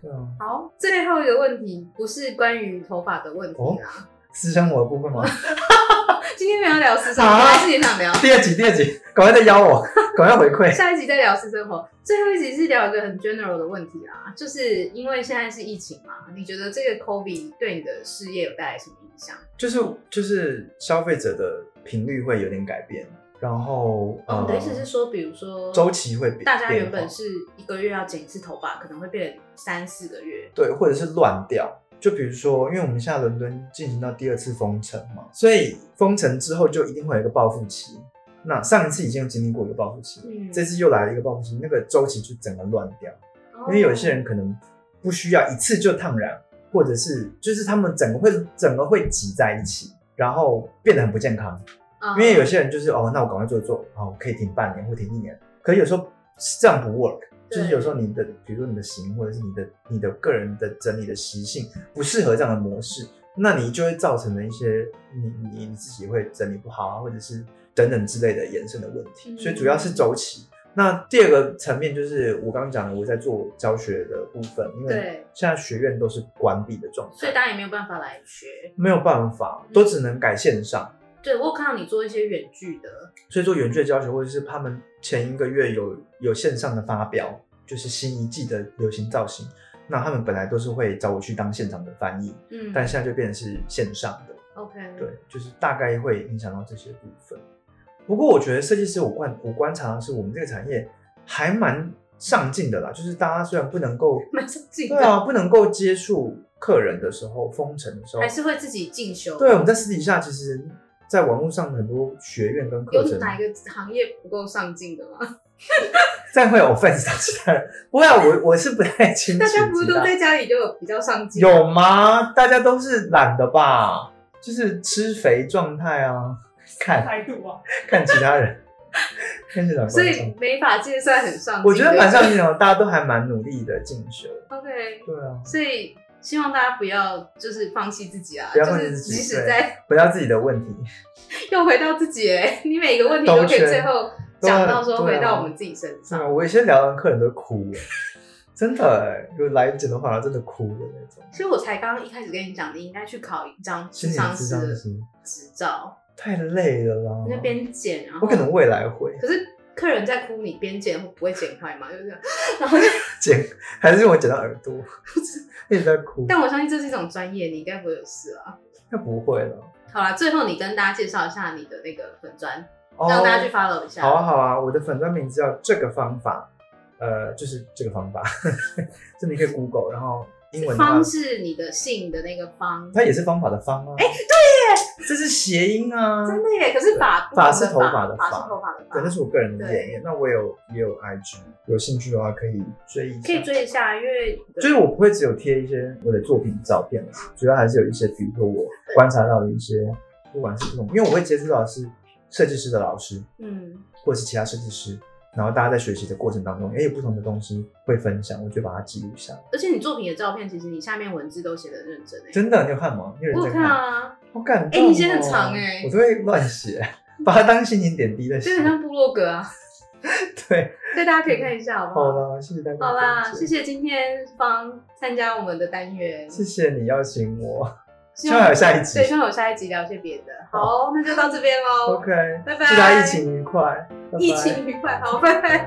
Speaker 1: 对啊，
Speaker 2: 好，最后一个问题不是关于头发的问题啦，
Speaker 1: 私生活的部分吗？
Speaker 2: 今天没有聊私生活，
Speaker 1: 啊
Speaker 2: 还是你想聊？
Speaker 1: 第二集，第二集，赶快再邀我，赶快回 馈。
Speaker 2: 下一集再聊私生活，最后一集是聊一个很 general 的问题啦，就是因为现在是疫情嘛，你觉得这个 COVID 对你的事业有带来什么影响？
Speaker 1: 就是就是消费者的频率会有点改变，然后
Speaker 2: 哦，
Speaker 1: 呃，
Speaker 2: 你的意思是说，比如说
Speaker 1: 周期会变
Speaker 2: 大家原
Speaker 1: 变
Speaker 2: 本
Speaker 1: 化
Speaker 2: 是一个月要剪一次头发，可能会变成三四个月。
Speaker 1: 对，或者是乱掉。就比如说，因为我们现在伦敦进行到第二次封城嘛，所以封城之后就一定会有一个报复期。那上一次已经有经历过一个报复期，
Speaker 2: 嗯
Speaker 1: 这次又来了一个报复期，那个周期就整个乱掉。
Speaker 2: 哦
Speaker 1: 因为有些人可能不需要一次就烫染，或者是就是他们整个会整个会挤在一起，然后变得很不健康。
Speaker 2: 哦，
Speaker 1: 因为有些人就是哦，那我赶快做一做，哦，我可以停半年或停一年。可是有时候这样不 work，
Speaker 2: 对
Speaker 1: 就是有时候你的，比如说你的型或者是你的你的个人的整理的习性不适合这样的模式，那你就会造成了一些你你你自己会整理不好啊，或者是等等之类的衍生的问题。
Speaker 2: 嗯
Speaker 1: 所以主要是周期。那第二个层面就是我刚刚讲的，我在做教学的部分，因为
Speaker 2: 对，
Speaker 1: 现在学院都是关闭的状
Speaker 2: 所以
Speaker 1: 态，
Speaker 2: 大家也没有办法来学。
Speaker 1: 没有办法，都只能改线上。
Speaker 2: 对我有看到你做一些远距的，
Speaker 1: 所以做远距的教学，或者是他们前一个月有有线上的发表，就是新一季的流行造型，那他们本来都是会找我去当现场的翻译，
Speaker 2: 嗯，
Speaker 1: 但现在就变成是线上的，
Speaker 2: OK，
Speaker 1: 对，就是大概会影响到这些部分。不过我觉得设计师，我观我观察的是，我们这个产业还蛮上进的啦，就是大家虽然不能够，
Speaker 2: 蛮上进
Speaker 1: 对
Speaker 2: 的，
Speaker 1: 啊，不能够接触客人的时候，封城的时候
Speaker 2: 还，是会自己进修。
Speaker 1: 对，我啊们在私底下其实。在网络上很多学院跟课
Speaker 2: 有
Speaker 1: 程，
Speaker 2: 哪一个行业不够上进的吗？
Speaker 1: 这样会有 offense 到其他人。不会、啊，我我是不太清楚
Speaker 2: 大
Speaker 1: 其他。
Speaker 2: 家不是都在家里就有比较上进？
Speaker 1: 有吗？大家都是懒的吧？就是吃肥状态啊，看
Speaker 4: 态度啊，
Speaker 1: 看其 他人，看其他人。
Speaker 2: 所以美发界算很上进的，
Speaker 1: 我觉得蛮上进的，大家都还蛮努力的进修。
Speaker 2: OK。
Speaker 1: 对啊，
Speaker 2: 所以希望大家不要就是放弃自己啊，
Speaker 1: 不要
Speaker 2: 就
Speaker 1: 放弃
Speaker 2: 是
Speaker 1: 自己
Speaker 2: 即使
Speaker 1: 对
Speaker 2: 在
Speaker 1: 回到自己的问题，
Speaker 2: 又回到自己欸、 你每个问题都可以
Speaker 1: 兜圈
Speaker 2: 最后讲到说
Speaker 1: 对啊啊
Speaker 2: 回到我们自己身
Speaker 1: 是
Speaker 2: 上。
Speaker 1: 吗？我有些聊完客人都哭 了，真的、欸，有来剪头发真的哭的那种。
Speaker 2: 所以我才刚刚一开始跟你讲，你应该去考一张
Speaker 1: 心理
Speaker 2: 智商
Speaker 1: 咨
Speaker 2: 师
Speaker 1: 商
Speaker 2: 的
Speaker 1: 师
Speaker 2: 执照，
Speaker 1: 太累了啦
Speaker 2: 你，那边剪，然后
Speaker 1: 我可能未来会
Speaker 2: 可是客人在哭，你边剪会不会剪坏嘛？就是这样，然后就，
Speaker 1: 剪，还是我剪到耳朵， 一直在哭。
Speaker 2: 但我相信这是一种专业，你应该不会有事啊。
Speaker 1: 那不会了，
Speaker 2: 好啦，最后你跟大家介绍一下你的那个粉砖，
Speaker 1: 哦
Speaker 2: 让大家去 follow 一下。
Speaker 1: 好啊好啊，我的粉专名字叫这个方法，呃，就是这个方法， 这你可以 Google，然后英文的话
Speaker 2: 方，是你的姓的那个方，
Speaker 1: 它也是方法的方啊。哎、对耶，这是谐音啊。
Speaker 2: 真的耶。可是法
Speaker 1: 法
Speaker 2: 不同
Speaker 1: 是头发的
Speaker 2: 法
Speaker 1: 法
Speaker 2: 是头发的
Speaker 1: 对，那
Speaker 2: 法，
Speaker 1: 是我个人的页面。那我有也有 IG，有兴趣的话可以追一下。
Speaker 2: 可以追一下，因为
Speaker 1: 就是我不会只有贴一些我的作品照片，主要还是有一些，比如说我观察到的一些，不管是这种，因为我会接触到的是设计师的老师，
Speaker 2: 嗯，
Speaker 1: 或者是其他设计师，然后大家在学习的过程当中，也有不同的东西会分享，我就把它记录下来。
Speaker 2: 而且你作品的照片，其实你下面文字都写的认真哎、
Speaker 1: 真的，你有看吗？你有
Speaker 2: 我
Speaker 1: 人在
Speaker 2: 有看
Speaker 1: 看？
Speaker 2: 啊，
Speaker 1: 好感动、哦
Speaker 2: 哎你写很长哎
Speaker 1: 我都会乱写，把它当心情点滴在
Speaker 2: 就
Speaker 1: 写。
Speaker 2: 很像部落格啊，
Speaker 1: 对，
Speaker 2: 所以大家可以看一下，好不
Speaker 1: 好
Speaker 2: 好？
Speaker 1: 啦，谢谢大家。
Speaker 2: 好啦，谢，谢今天方参加我们的单元，
Speaker 1: 谢谢你邀请我。
Speaker 2: 希
Speaker 1: 希望有下一集
Speaker 2: 对，希望有下一集聊些别的。好哦，那就到这边喽
Speaker 1: OK，
Speaker 2: 拜拜
Speaker 1: 祝大家疫情愉快，拜拜
Speaker 2: 疫情愉快，好，拜拜。